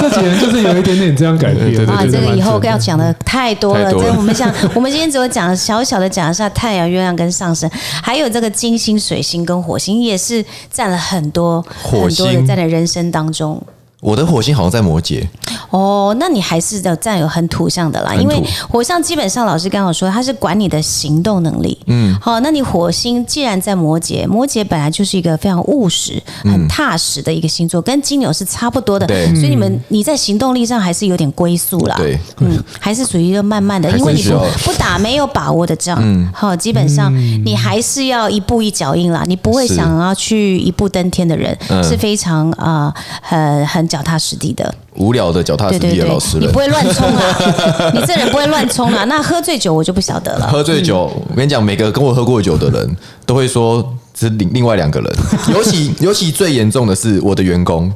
Speaker 1: 这几年就是有一点点这样改变，
Speaker 2: 对对
Speaker 1: 我
Speaker 2: 对
Speaker 3: 哇，
Speaker 1: 觉得
Speaker 3: 啊这个
Speaker 1: 蛮
Speaker 3: 以后
Speaker 1: 准的
Speaker 3: 要讲的太多了。
Speaker 2: 太
Speaker 3: 这
Speaker 2: 多了
Speaker 3: 个我们想，我们今天只有讲小小的讲一下太阳、月亮跟上升，还有这个金星、水星跟火星也是占了很多
Speaker 2: 火
Speaker 3: 很
Speaker 2: 星
Speaker 3: 多人在你人生当中。
Speaker 2: 我的火星好像在摩羯，
Speaker 3: 哦，那你还是要占有很土象的啦，
Speaker 2: 很
Speaker 3: 因为
Speaker 2: 土
Speaker 3: 火象基本上老师刚好说，它是管你的行动能力。嗯，好，那你火星既然在摩羯，摩羯本来就是一个非常务实、很踏实的一个星座，跟金牛是差不多的，
Speaker 2: 嗯对
Speaker 3: 所以你们你在行动力上还是有点归宿啦。
Speaker 2: 对，
Speaker 3: 嗯，还是属于一个慢慢的
Speaker 2: 还，是
Speaker 3: 因为你
Speaker 2: 需
Speaker 3: 不
Speaker 2: 要嗯
Speaker 3: 不打没有把握的仗，好，基本上你还是要一步一脚印啦，你不会
Speaker 2: 是
Speaker 3: 想要去一步登天的人
Speaker 2: 嗯
Speaker 3: 是非常啊、呃很很脚踏实地的，
Speaker 2: 无聊的脚踏
Speaker 3: 对
Speaker 2: 实
Speaker 3: 对
Speaker 2: 地的
Speaker 3: 对
Speaker 2: 老实，
Speaker 3: 你
Speaker 2: 人
Speaker 3: 不。会乱冲 啊，你这人不会乱冲啊，那喝醉酒我就不晓得了。
Speaker 2: 喝醉酒，我跟你讲，每个跟我喝过酒的人都会说是另另外两个人，尤其尤其最严重的是我的员工。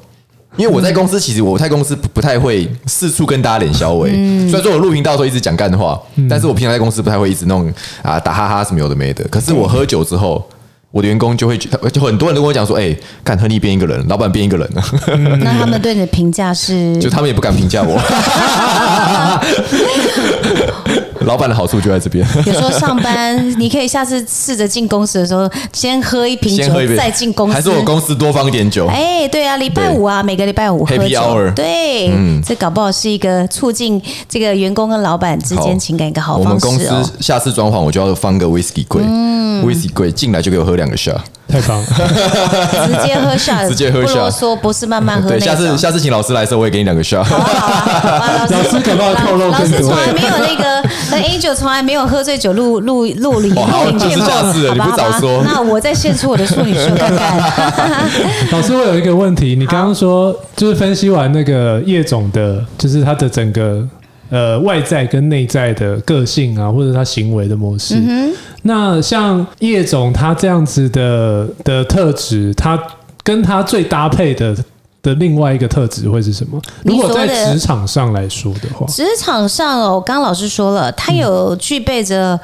Speaker 2: 因为我在公司，其实我在公司不不太会四处跟大家脸消委。虽然说我录频道的时候一直讲干话，但是我平常在公司不太会一直弄啊打哈哈什么有的没的。可是我喝酒之后，我的员工就会觉就很多人都跟我讲说：“哎，干亨利变一个人，老板变一个人了。
Speaker 3: 那他们对你的评价是”
Speaker 2: 就他们也不敢评价我。 老板的好处就在这边。
Speaker 3: 有时候上班，你可以下次试着进公司的时候，先喝一瓶
Speaker 2: 先喝一
Speaker 3: 酒
Speaker 2: 杯，
Speaker 3: 再进公司。
Speaker 2: 还是我公司多放一点酒？
Speaker 3: 哎、对啊，礼拜五啊，每个礼拜五喝
Speaker 2: Happy
Speaker 3: 酒
Speaker 2: hour 嗯
Speaker 3: 对，这搞不好是一个促进这个员工跟老板之间情感一个好
Speaker 2: 我们
Speaker 3: 方
Speaker 2: 公
Speaker 3: 式
Speaker 2: 司
Speaker 3: 哦。嗯
Speaker 2: 下次装潢，我就要放个 whisky 柜、w h i s k y 柜进来就给我喝两个 shot。
Speaker 1: 太棒了，
Speaker 3: 直接喝 下，
Speaker 2: 直接喝
Speaker 3: 不
Speaker 2: 下
Speaker 3: 啰嗦，不是慢慢喝
Speaker 2: 对，
Speaker 3: 那种。
Speaker 2: 下次下次请老师来的时候，我也给你两个 shot。
Speaker 3: 好啊好啊好啊
Speaker 1: 老师搞不好透露
Speaker 3: 老
Speaker 1: 更
Speaker 3: 师
Speaker 1: 多
Speaker 3: 从来没有那个， 那 Angel 从来没有喝醉酒录录录影
Speaker 2: 哇好
Speaker 3: 录影片
Speaker 2: 就是这样子
Speaker 3: 过，好
Speaker 2: 你
Speaker 3: 吧
Speaker 2: 不
Speaker 3: 好吧
Speaker 2: 早说
Speaker 3: 那我再献出我的处女秀 看看。
Speaker 1: 老师，我有一个问题，你刚刚说就是分析完那个叶总的，就是他的整个呃外在跟内在的个性啊，或者他行为的模式。
Speaker 3: 嗯
Speaker 1: 那像叶总他这样子的的特质，他跟他最搭配的的另外一个特质会是什么？
Speaker 3: 你
Speaker 1: 如果
Speaker 3: 说
Speaker 1: 在
Speaker 3: 的
Speaker 1: 职场上来说的话，
Speaker 3: 职场上哦，刚刚老师说了，他有具备着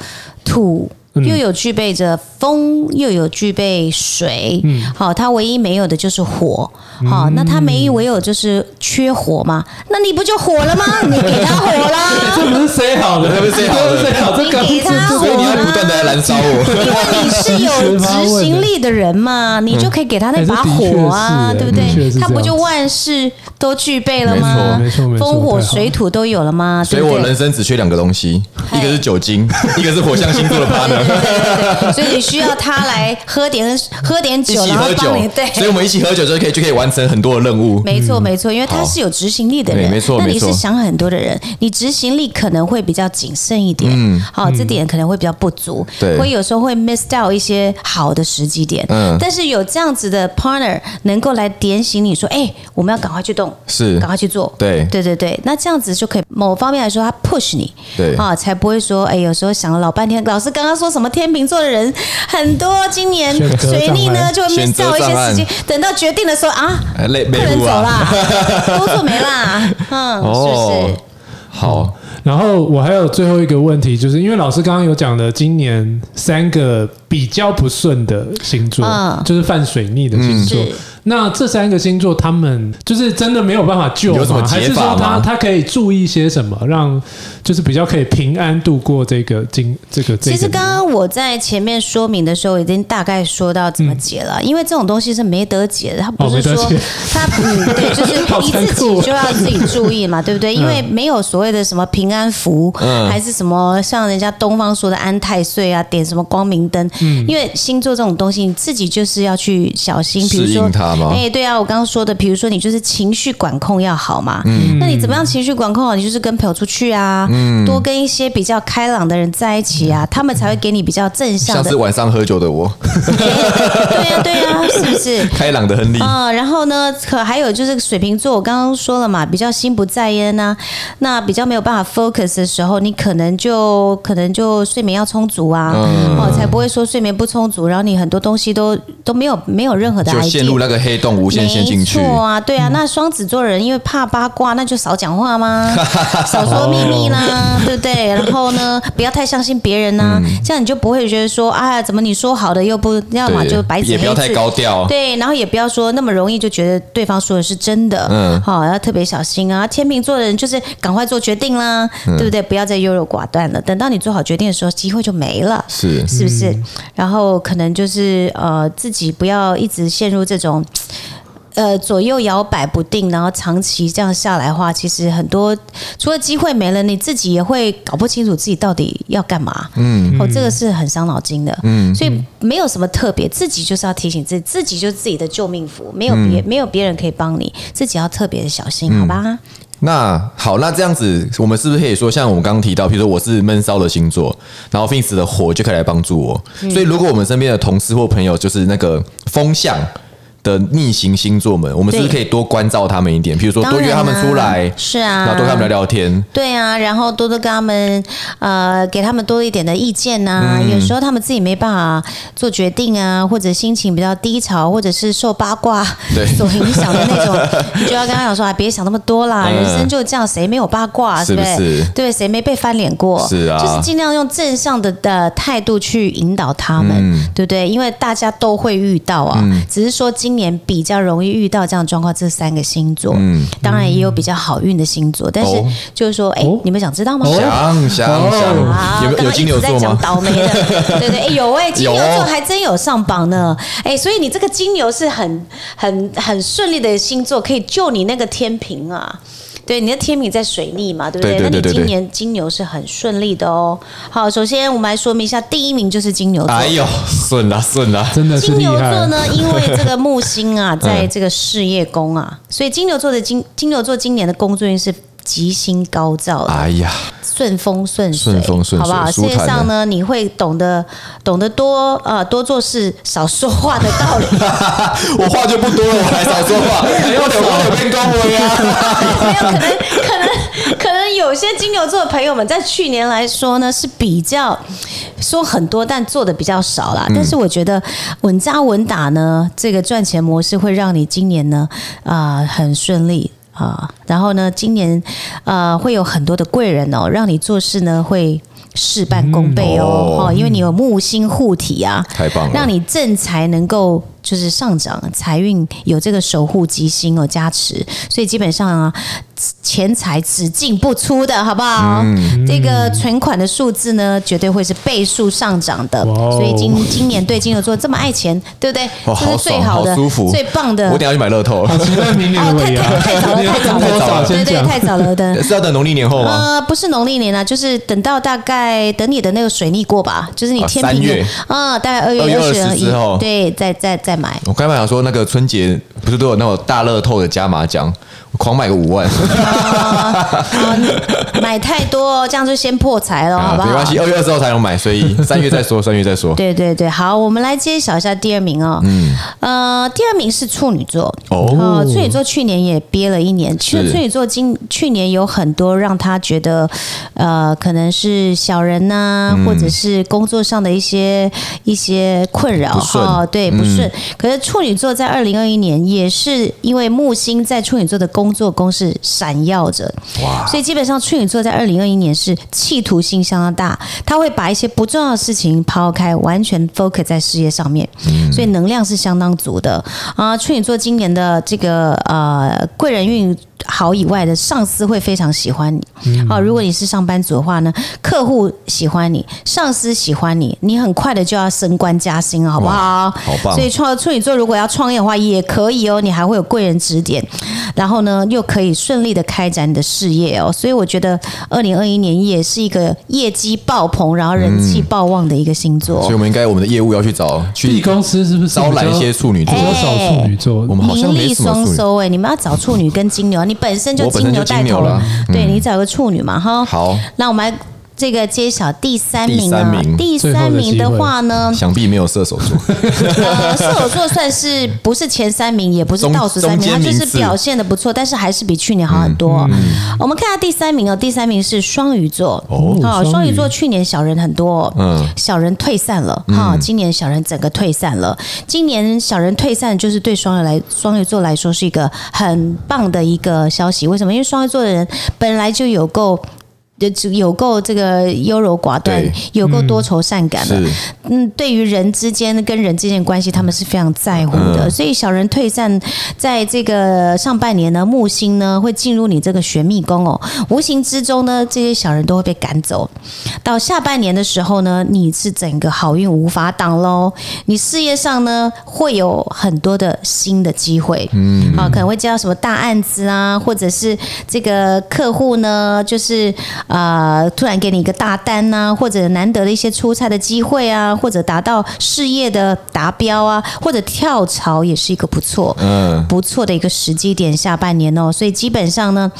Speaker 3: 土。
Speaker 1: 嗯
Speaker 3: 又有具备着风，又有具备水，
Speaker 2: 嗯
Speaker 3: 好、他唯一没有的就是火，好、那他没唯有就是缺火嘛，那你不就火了吗？你给他火啦，
Speaker 1: 这不是谁好的，
Speaker 2: 这不是谁好的
Speaker 1: 这不是谁好的，
Speaker 3: 你
Speaker 1: 这个
Speaker 3: 给他
Speaker 2: 所以你要不断的来燃烧 我。
Speaker 3: 因为你是有执行力的人 嘛，
Speaker 1: 嗯
Speaker 3: 你就可以给他那把火啊，
Speaker 1: 哎这的
Speaker 3: 对不
Speaker 1: 确是哎的确
Speaker 3: 对
Speaker 1: 是？
Speaker 3: 他不
Speaker 1: 这
Speaker 3: 就
Speaker 1: 样子
Speaker 3: 万事都具备了吗？
Speaker 1: 没错没错没错
Speaker 3: 风
Speaker 1: 太好
Speaker 3: 火
Speaker 1: 了
Speaker 3: 水土都有了吗？
Speaker 2: 所以
Speaker 3: 对不
Speaker 2: 我
Speaker 3: 对
Speaker 2: 人生只缺两个东西，
Speaker 3: 嗨
Speaker 2: 一个是酒 精，一个是火象星座的 partner，
Speaker 3: 对，所以你需要他来喝点喝点
Speaker 2: 一
Speaker 3: 酒，
Speaker 2: 起
Speaker 3: 然后
Speaker 2: 喝
Speaker 3: 帮你
Speaker 2: 酒
Speaker 3: 对。。
Speaker 2: 所以我们一起喝酒就可以就可以完成很多的任务。
Speaker 3: 没错，没错，因为他
Speaker 2: 好
Speaker 3: 是有执行力的
Speaker 2: 嗯对
Speaker 3: 人，
Speaker 2: 没错
Speaker 3: 那
Speaker 2: 没
Speaker 3: 你是
Speaker 2: 错
Speaker 3: 想很多的人，你执行力可能会比较谨慎一点，好，这点可能会比较不足，
Speaker 2: 嗯对
Speaker 3: 会有时候会 miss 掉一些好的时机点，
Speaker 2: 嗯
Speaker 3: 但是有这样子的 partner 能够来点醒你说，哎，我们要赶快去动，
Speaker 2: 是
Speaker 3: 赶快去做，
Speaker 2: 对
Speaker 3: 对对对，那这样子就可以某方面来说，他 push 你，
Speaker 2: 对
Speaker 3: 啊，才不会说，哎，有时候想了老半天，老师刚刚说什么天秤座的人很多，今年
Speaker 1: 选择
Speaker 3: 水逆
Speaker 1: 障
Speaker 3: 呢
Speaker 1: 碍
Speaker 3: 就会
Speaker 2: 选
Speaker 3: miss
Speaker 2: 择
Speaker 3: 掉一些
Speaker 2: 障碍
Speaker 3: 时机，等到决定的时候啊，
Speaker 2: 哎累
Speaker 3: 不
Speaker 2: 美
Speaker 3: 能
Speaker 2: 户
Speaker 3: 走
Speaker 2: 啊，哦
Speaker 3: 啦， 工作没啦，嗯，是不是？
Speaker 2: 好，
Speaker 1: 然后我还有最后一个问题，就是因为老师刚刚有讲的，今年三个比较不顺的星座，
Speaker 3: 嗯
Speaker 1: 就是犯水逆的星座。
Speaker 3: 是
Speaker 1: 那这三个星座，他们就是真的没有办法救
Speaker 2: 有什么
Speaker 1: 还
Speaker 2: 解
Speaker 1: 是
Speaker 2: 法
Speaker 1: 说他
Speaker 2: 吗
Speaker 1: 他可以注意些什么，让就是比较可以平安度过这个经这个这
Speaker 3: 其
Speaker 1: 个？
Speaker 3: 实刚刚我在前面说明的时候，已经大概说到怎么解了，因为这种东西是没得解的，它不是
Speaker 1: 哦没得
Speaker 3: 说
Speaker 1: 解
Speaker 3: 它嗯，对，就是
Speaker 1: 好
Speaker 3: 你
Speaker 1: 残
Speaker 3: 自
Speaker 1: 酷
Speaker 3: 己就要自己注意嘛，对不对？因为没有所谓的什么平安符，还是什么像人家东方说的安太岁啊，点什么光明灯，因为星座这种东西，你自己就是要去小心，比如
Speaker 2: 适
Speaker 3: 说
Speaker 2: 应它吗
Speaker 3: 哎、对啊，我刚刚说的，比如说你就是情绪管控要好嘛，
Speaker 2: 嗯
Speaker 3: 那你怎么样情绪管控啊好？你就是跟朋友出去啊，多跟一些比较开朗的人在一起啊，他们才会给你比较正向
Speaker 2: 嗯像
Speaker 3: 的
Speaker 2: 是。晚上喝酒的我，
Speaker 3: 对呀、对呀、是不是？
Speaker 2: 开朗的亨利，
Speaker 3: 啊、然后呢，可还有就是水瓶座，我刚刚说了嘛，比较心不在焉呐、那比较没有办法 focus 的时候，你可能就可能就睡眠要充足
Speaker 2: 嗯
Speaker 3: 啊，哦，才不会说睡眠不充足，然后你很多东西都都没有没有任何的
Speaker 2: 就
Speaker 3: idea，
Speaker 2: 陷入那个黑洞无限陷进去嗯
Speaker 3: 没。错啊，对啊。那双子座人因为怕八卦，那就少讲 话吗？少说秘密啦，
Speaker 2: 哦
Speaker 3: 对不对？然后呢，不要太相信别人呐、
Speaker 2: 嗯
Speaker 3: 这样你就不会觉得说啊，怎么你说好的又不，要么
Speaker 2: 对
Speaker 3: 就白纸
Speaker 2: 也
Speaker 3: 黑
Speaker 2: 不
Speaker 3: 字，
Speaker 2: 要太高调
Speaker 3: 对，然后也不要说那么容易就觉得对方说的是真的，
Speaker 2: 嗯
Speaker 3: 嗯，好、要特别小心啊。天秤座的人就是赶快做决定啦，
Speaker 2: 嗯
Speaker 3: 对不对？不要再优柔寡断了，等到你做好决定的时候，机会就没了。
Speaker 2: 是
Speaker 3: 是不是？
Speaker 2: 嗯
Speaker 3: 然后可能就是呃，自己不要一直陷入这种。呃，左右摇摆不定，然后长期这样下来的话，其实很多除了机会没了，你自己也会搞不清楚自己到底要干嘛。嗯，哦，这个是很伤脑筋的。嗯，所以没有什么特别，自己就是要提醒自己，自己就是自己的救命符，没有
Speaker 2: 嗯
Speaker 3: 别、没有别人可以帮你，自己要特别的小心，好吧？
Speaker 2: 那好，那这样子，我们是不是可以说，像我们刚刚提到，比如说我是闷骚的星座，然后 Fins 的火就可以来帮助我。
Speaker 3: 嗯
Speaker 2: 所以，如果我们身边的同事或朋友就是那个风向的逆行星座们，我们是不是可以多关照他们一点？比如说
Speaker 3: 当
Speaker 2: 多
Speaker 3: 然
Speaker 2: 约他们出来
Speaker 3: 啊，是啊，
Speaker 2: 然后多跟他们聊聊天。
Speaker 3: 对啊，然后多多跟他们呃，给他们多一点的意见呐、
Speaker 2: 嗯
Speaker 3: 有时候他们自己没办法做决定啊，或者心情比较低潮，或者是受八卦
Speaker 2: 对
Speaker 3: 所影响的那 种，你就要跟他讲说啊，别想那么多啦，
Speaker 2: 嗯
Speaker 3: 人生就这样，谁没有八卦，
Speaker 2: 是不
Speaker 3: 对
Speaker 2: 是
Speaker 3: 对，谁没被翻脸过？
Speaker 2: 是啊
Speaker 3: 就是尽量用正向的的态度去引导他们，
Speaker 2: 嗯
Speaker 3: 对不对？因为大家都会遇到啊，只是说今年比较容易遇到这样的状况，这三个星座，当然也有比较好运的星座，但是
Speaker 2: 嗯哦
Speaker 3: 就是说，哎、
Speaker 1: 哦
Speaker 3: 你们想知道吗？
Speaker 2: 想想
Speaker 3: 啊
Speaker 2: 想，有没有
Speaker 3: 刚
Speaker 2: 有
Speaker 3: 刚一
Speaker 2: 金
Speaker 3: 直
Speaker 2: 牛
Speaker 3: 在
Speaker 2: 座
Speaker 3: 讲
Speaker 2: 吗？
Speaker 3: 倒 霉的，对对，哎、有哎、金牛
Speaker 2: 有
Speaker 3: 座
Speaker 2: 哦
Speaker 3: 还真有上榜呢，哎、所以你这个金牛是很很很顺利的星座，可以救你那个天平啊。对，你的天平在水逆嘛，对不对？
Speaker 2: 对对对对
Speaker 3: 那你
Speaker 2: 对
Speaker 3: 今年金牛是很顺利的哦。好，首先我们来说明一下，第一名就是金牛座。
Speaker 2: 哎呦，顺啦顺啦，
Speaker 1: 真的是
Speaker 3: 金
Speaker 1: 厉
Speaker 3: 牛座
Speaker 1: 害。
Speaker 3: 呢，因为这个木星啊，
Speaker 2: 嗯
Speaker 3: 在这个事业宫啊，所以金牛座的金金牛座今年的工作运是吉星高照的。
Speaker 2: 哎呀，
Speaker 3: 顺风顺水，
Speaker 2: 顺风顺水
Speaker 3: 好不好？世
Speaker 2: 舒坦
Speaker 3: 界
Speaker 2: 的
Speaker 3: 上呢，你会懂得懂得多呃多做事少说话的道理，
Speaker 2: 我话就不多了，我来少说 话，我
Speaker 1: 哎
Speaker 2: 有我有变恭维啊。
Speaker 3: 没有可能可能可能有些金牛座的朋友们在去年来说呢是比较说很多，但做的比较少啦。但是我觉得稳扎稳打呢，这个赚钱模式会让你今年呢啊、呃很顺利。啊，然后呢，今年呃会有很多的贵人哦，让你做事呢会事半功倍
Speaker 2: 嗯
Speaker 3: 哦，
Speaker 2: 哦
Speaker 3: 哦，因为你有木星护体啊，
Speaker 2: 太棒了
Speaker 3: 让你正财能够就是上涨，财运有这个守护吉星哦加持，所以基本上啊，钱财只进不出的好不好？
Speaker 2: 嗯
Speaker 3: 这个存款的数字呢，绝对会是倍数上涨的。
Speaker 1: 哇哦
Speaker 3: 所以今今年对金牛座这么爱钱，对不对？
Speaker 2: 哇
Speaker 3: 这
Speaker 2: 好
Speaker 3: 是最
Speaker 2: 爽
Speaker 3: 的、
Speaker 2: 好舒服
Speaker 3: 最棒的。
Speaker 2: 我等一下去买乐 透，
Speaker 1: 好期待明年的
Speaker 3: 哦，太
Speaker 1: 尾牙，
Speaker 3: 太太早了，哦太早
Speaker 1: 多少
Speaker 3: 了，对
Speaker 1: 先
Speaker 3: 对，
Speaker 1: 讲？
Speaker 3: 太早了的。
Speaker 2: 是要等农历年后吗？
Speaker 3: 呃，不是农历年啊，就是等到大概等你的那个水逆过吧，就是你
Speaker 2: 啊
Speaker 3: 天
Speaker 2: 三
Speaker 3: 平
Speaker 2: 月
Speaker 3: 有，嗯、大概二
Speaker 2: 二
Speaker 3: 月
Speaker 2: 月
Speaker 3: 二十
Speaker 2: 20之后
Speaker 3: 对，再再再买。
Speaker 2: 我刚才想说，那个春节不是都有那种大乐透的加码奖，我狂买个 五万，
Speaker 3: 买太多，这样就先破财了，好
Speaker 2: 啊
Speaker 3: 不好？
Speaker 2: 没关系，二月二十号才能买，所以三月再说，三月再说。
Speaker 3: 对对对，好，我们来揭晓一下第二名哦。嗯，呃，第二名是处女座。
Speaker 2: 哦
Speaker 3: 呃处女座去年也憋了一年，其实
Speaker 2: 是
Speaker 3: 处女座今去年有很多让他觉得，呃，可能是小人呐、
Speaker 2: 嗯
Speaker 3: 或者是工作上的一些一些困扰
Speaker 2: 不顺嗯
Speaker 3: 哈、对，不顺。可是处女座在二零二一年也是因为木星在处女座的工作宫是闪耀着，所以基本上处女座在二零二一年是企图心相当大，他会把一些不重要的事情抛开，完全 focus 在事业上面，
Speaker 2: 嗯
Speaker 3: 所以能量是相当足的啊。处女座今年的这个呃贵人运。好以外的上司会非常喜欢你
Speaker 2: 嗯
Speaker 3: 啊、如果你是上班族的话呢，客户喜欢你，上司喜欢你，你很快的就要升官加薪了，好不好？
Speaker 2: 好棒
Speaker 3: 所以创处女座如果要创业的话也可以哦，你还会有贵人指点，然后呢又可以顺利的开展你的事业哦。所以我觉得二零二一年也是一个业绩爆棚，然后人气爆旺的一个星座。
Speaker 2: 嗯所以我们应该我们的业务要去找
Speaker 1: B
Speaker 2: 去
Speaker 1: 公司是不哎是
Speaker 2: 招揽一些处女座
Speaker 1: 比，较少处女座？
Speaker 2: 我们好像
Speaker 3: 名
Speaker 2: 没
Speaker 3: 利
Speaker 2: 什么
Speaker 3: 双
Speaker 2: 处女。
Speaker 3: 收哎、你们要找处女跟金牛，你本身就
Speaker 2: 我本身
Speaker 3: 金
Speaker 2: 就
Speaker 3: 牛带
Speaker 2: 金牛
Speaker 3: 头
Speaker 2: 啦，嗯
Speaker 3: 对你找个处女嘛哈。
Speaker 2: 好，
Speaker 3: 那我们来这个揭晓第三名
Speaker 2: 第三
Speaker 3: 了
Speaker 2: 名。
Speaker 3: 第三名的话呢，
Speaker 2: 想必没有射手 座，
Speaker 3: 呃，射手座算是不是前三名，也不是
Speaker 2: 中
Speaker 3: 倒数
Speaker 2: 中
Speaker 3: 三名，
Speaker 2: 间
Speaker 3: 他就
Speaker 2: 名
Speaker 3: 是
Speaker 2: 次嗯
Speaker 3: 表现的不错，但是还是比去年好很多。我们看下第三名哦，第三名是双鱼座
Speaker 1: 哦双鱼
Speaker 3: 双鱼座去年小人很多哦，
Speaker 2: 嗯
Speaker 3: 小人退散了哈、今年小人整个退散了，今年小人退散就是对双鱼来双鱼座来说是一个很棒的一个消息。为什么？因为双鱼座的人本来就有够。就有够这个优柔寡断
Speaker 2: 对，嗯
Speaker 3: 有够多愁善感的，
Speaker 2: 是
Speaker 3: 嗯，对于人之间跟人之间的关系，他们是非常在乎的。所以小人退散，在这个上半年呢，木星呢会进入你这个玄秘宫哦，无形之中呢，这些小人都会被赶走。到下半年的时候呢，你是整个好运无法挡喽。你事业上呢会有很多的新的机会，嗯，啊，可能会接到什么大案子啊，或者是这个客户呢，就是呃突然给你一个大单呐、或者难得的一些出差的机会啊，或者达到事业的达标啊，或者跳槽也是一个不错，
Speaker 2: 嗯，
Speaker 3: 不错的一个时机点，下半年哦，所以基本上呢，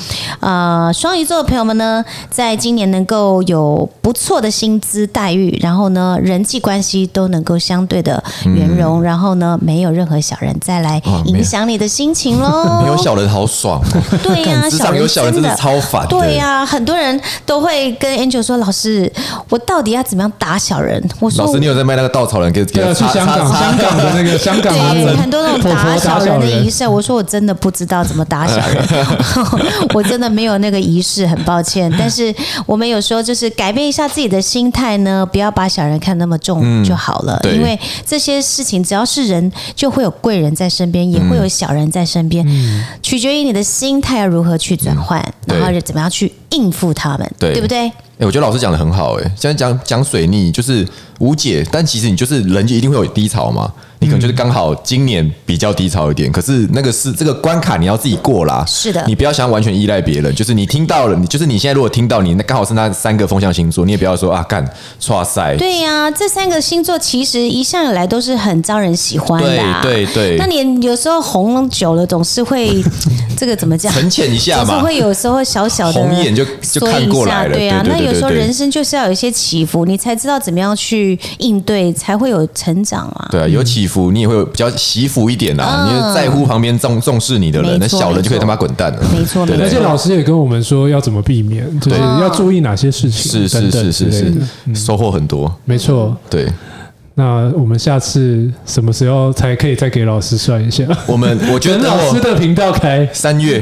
Speaker 3: 呃，双鱼座的朋友们呢，在今年能够有不错的薪资待遇，然后呢，人际关系都能够相对的圆融，然后呢，没有任何小人再来
Speaker 2: 哇嗯哦没有
Speaker 3: 影响你的心情喽。
Speaker 2: 没有小人好爽 哦，
Speaker 3: 对呀、
Speaker 2: 干职
Speaker 3: 小
Speaker 2: 场有小人真的
Speaker 3: 的
Speaker 2: 超烦的，
Speaker 3: 对呀、很多人都会跟 Angel 说：“老师，我到底要怎么样打小人？”我说：“
Speaker 2: 老师，你有在卖那个稻草人给给
Speaker 1: 对啊，
Speaker 2: 他
Speaker 1: 去
Speaker 2: 擦
Speaker 1: 香港，
Speaker 2: 擦
Speaker 1: 香
Speaker 2: 擦
Speaker 1: 港的那个香港的
Speaker 3: 对，
Speaker 1: 人
Speaker 3: 很多那种
Speaker 1: 婆
Speaker 3: 打
Speaker 1: 婆
Speaker 3: 小
Speaker 1: 打
Speaker 3: 人
Speaker 1: 小
Speaker 3: 的
Speaker 1: 人
Speaker 3: 仪，式，我说我真的不知道怎么打小人， 我真的没有那个仪式，很抱歉。但是我们有时候就是改变一下自己的心态呢，不要把小人看那么重就好了，
Speaker 2: 对
Speaker 3: 因为这些事情只要是人，就会有贵人在身边，也会有小人在身边，取决于你的心态要如何去转换，
Speaker 2: 对
Speaker 3: 然后怎么样去应付他们，
Speaker 2: 对
Speaker 3: 不对？
Speaker 2: 哎、我觉得老师讲的很好、欸，哎，现在讲讲水逆就是无解，但其实你就是人就一定会有低潮嘛，你可能
Speaker 3: 嗯
Speaker 2: 就是刚好今年比较低潮一点，可是那个是这个关卡你要自己过啦，
Speaker 3: 是的
Speaker 2: 你不要想完全依赖别人，就是你听到了，你就是你现在如果听到你那刚好是那三个风象星座，你也不要说啊干，哇塞，
Speaker 3: 对呀、这三个星座其实一向以来都是很招人喜欢的、啊。
Speaker 2: 对对对
Speaker 3: 那你有时候红久了，总是 会这个怎么讲？
Speaker 2: 沉潜一下
Speaker 3: 啊总是
Speaker 2: 嘛，
Speaker 3: 会有时候小小的
Speaker 2: 红一眼就就看过来了
Speaker 3: 缩一下对啊。
Speaker 2: 对对对
Speaker 3: 那有时候
Speaker 2: 对对
Speaker 3: 人生就是要有一些起伏，你才知道怎么样去应对，才会有成长啊。
Speaker 2: 对啊，有起伏你也会有比较起伏一点啦，
Speaker 3: 嗯
Speaker 2: 你就在乎旁边重重视你的人，
Speaker 3: 没
Speaker 2: 那
Speaker 3: 错
Speaker 2: 小人就可以
Speaker 3: 没错
Speaker 2: 他妈滚蛋了，
Speaker 3: 没错
Speaker 2: 对
Speaker 3: 没
Speaker 1: 而
Speaker 3: 错
Speaker 1: 且老师也跟我们说要怎么避免，就是要注意哪些事情，
Speaker 2: 是是
Speaker 1: 等等
Speaker 2: 是
Speaker 1: 之
Speaker 2: 是
Speaker 1: 类的。
Speaker 3: 嗯
Speaker 2: 是，收获很多，
Speaker 1: 没错，
Speaker 2: 对。
Speaker 1: 那我们下次什么时候才可以再给老师算 一下？
Speaker 2: 我们我觉得
Speaker 1: 等老师
Speaker 2: 我
Speaker 1: 的频道开，
Speaker 2: 三月，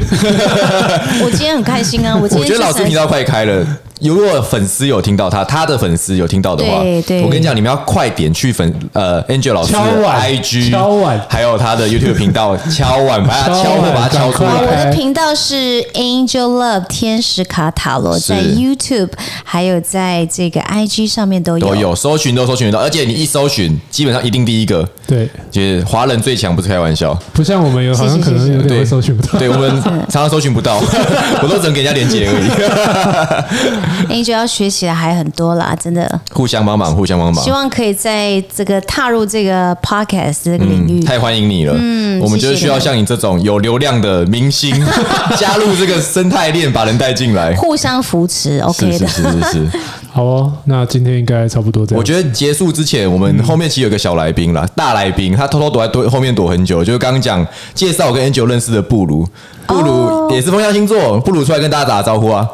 Speaker 3: 我今天很开心啊！我 今
Speaker 2: 我
Speaker 3: 天
Speaker 2: 觉得老师
Speaker 3: 去
Speaker 2: 频
Speaker 3: 参
Speaker 2: 道快开了。如果粉丝有听到他，他的粉丝有听到的话，
Speaker 3: 对对
Speaker 2: 我跟你讲，你们要快点去粉呃 Angel 老师的
Speaker 1: 敲碗
Speaker 2: IG，
Speaker 1: 敲碗
Speaker 2: 还有他的 YouTube 频道，敲碗把他敲
Speaker 1: 敲
Speaker 2: 或
Speaker 1: 碗
Speaker 2: 把他敲出
Speaker 1: 赶
Speaker 3: 啊，我
Speaker 1: 快
Speaker 2: 来。
Speaker 3: 的频道是 Angel Love 天使卡塔罗，在 YouTube 还有在这个 IG 上面都有
Speaker 2: 都。有搜寻都搜寻得到，而且你一搜寻，基本上一定第一个，
Speaker 1: 对，
Speaker 2: 就是华人最强，不是开玩笑。
Speaker 1: 不像我们有好像
Speaker 3: 是是
Speaker 1: 可
Speaker 3: 是
Speaker 1: 能有点
Speaker 2: 对
Speaker 1: 会搜寻不到。
Speaker 2: 对我 们常常搜寻不到， 我都只能给人家连接而已。
Speaker 3: Angel 要学习的还很多啦，真的，
Speaker 2: 互相帮忙，互相帮忙
Speaker 3: 希，望可以在这个踏入这个 Podcast 这个
Speaker 2: 嗯
Speaker 3: 领域。
Speaker 2: 太欢迎你了。我们就是需要
Speaker 3: 嗯谢谢
Speaker 2: 像你这种有流量的明星 加入这个生态链，把人带进来。
Speaker 3: 互相扶
Speaker 2: 是
Speaker 3: 持，OK
Speaker 2: 是
Speaker 3: 的。
Speaker 2: 是是是，
Speaker 1: 好哦，那今天应该差不多这样。
Speaker 2: 我觉得结束之前，我们后面其实有个小来宾啦，大来宾，他偷偷躲在躲后面躲很久，就是刚刚讲介绍我跟 Angel 认识的布鲁，布
Speaker 3: 哦
Speaker 2: 鲁也是风象星座，布鲁出来跟大家打招呼啊，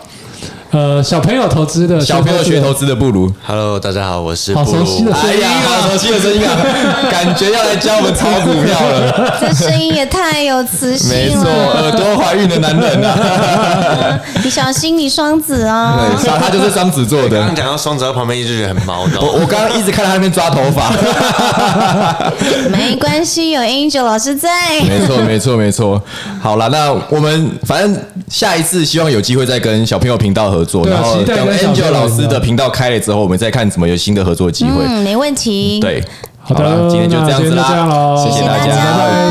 Speaker 1: 呃，小朋友投资的
Speaker 2: 小朋友学投
Speaker 1: 资
Speaker 2: 资的布 鲁。
Speaker 4: Hello，大家好，我是布
Speaker 1: 好熟
Speaker 4: 鲁。
Speaker 1: 悉的声
Speaker 2: 哎
Speaker 1: 音
Speaker 3: 啊
Speaker 2: 呀，好熟悉的声音 啊，感觉要来教我们炒股票了。
Speaker 3: 这声音也太有磁
Speaker 2: 没
Speaker 3: 性
Speaker 2: 错，
Speaker 3: 了，
Speaker 2: 耳朵怀孕的男人 啊，
Speaker 3: 你小心你双子啊！
Speaker 2: 对，他就是双子座
Speaker 4: 刚刚
Speaker 2: 的。
Speaker 4: 讲到双子座旁边一直很毛的，
Speaker 2: 我我刚刚一直看到他那边抓头发。
Speaker 3: 没关系，有 Angel 老师在。
Speaker 2: 没错，没错，没错。好了，那我们反正下一次希望有机会再跟小朋友频道合作，
Speaker 1: 对啊
Speaker 2: 然后
Speaker 1: 期待
Speaker 2: 等
Speaker 1: 跟小朋
Speaker 2: Angel
Speaker 1: 友
Speaker 2: 老师
Speaker 1: 频道
Speaker 2: 的频道开了之后，我们再看怎么有新的合作机会。
Speaker 3: 嗯，没问题。，
Speaker 2: 对，
Speaker 1: 好的
Speaker 2: 啦今天就
Speaker 1: 那
Speaker 2: 这样
Speaker 1: 今
Speaker 2: 子
Speaker 1: 天就这样
Speaker 2: 啦，
Speaker 1: 咯
Speaker 2: 谢
Speaker 3: 谢
Speaker 2: 谢
Speaker 3: 谢
Speaker 2: 大
Speaker 3: 大家
Speaker 2: 家，
Speaker 3: 拜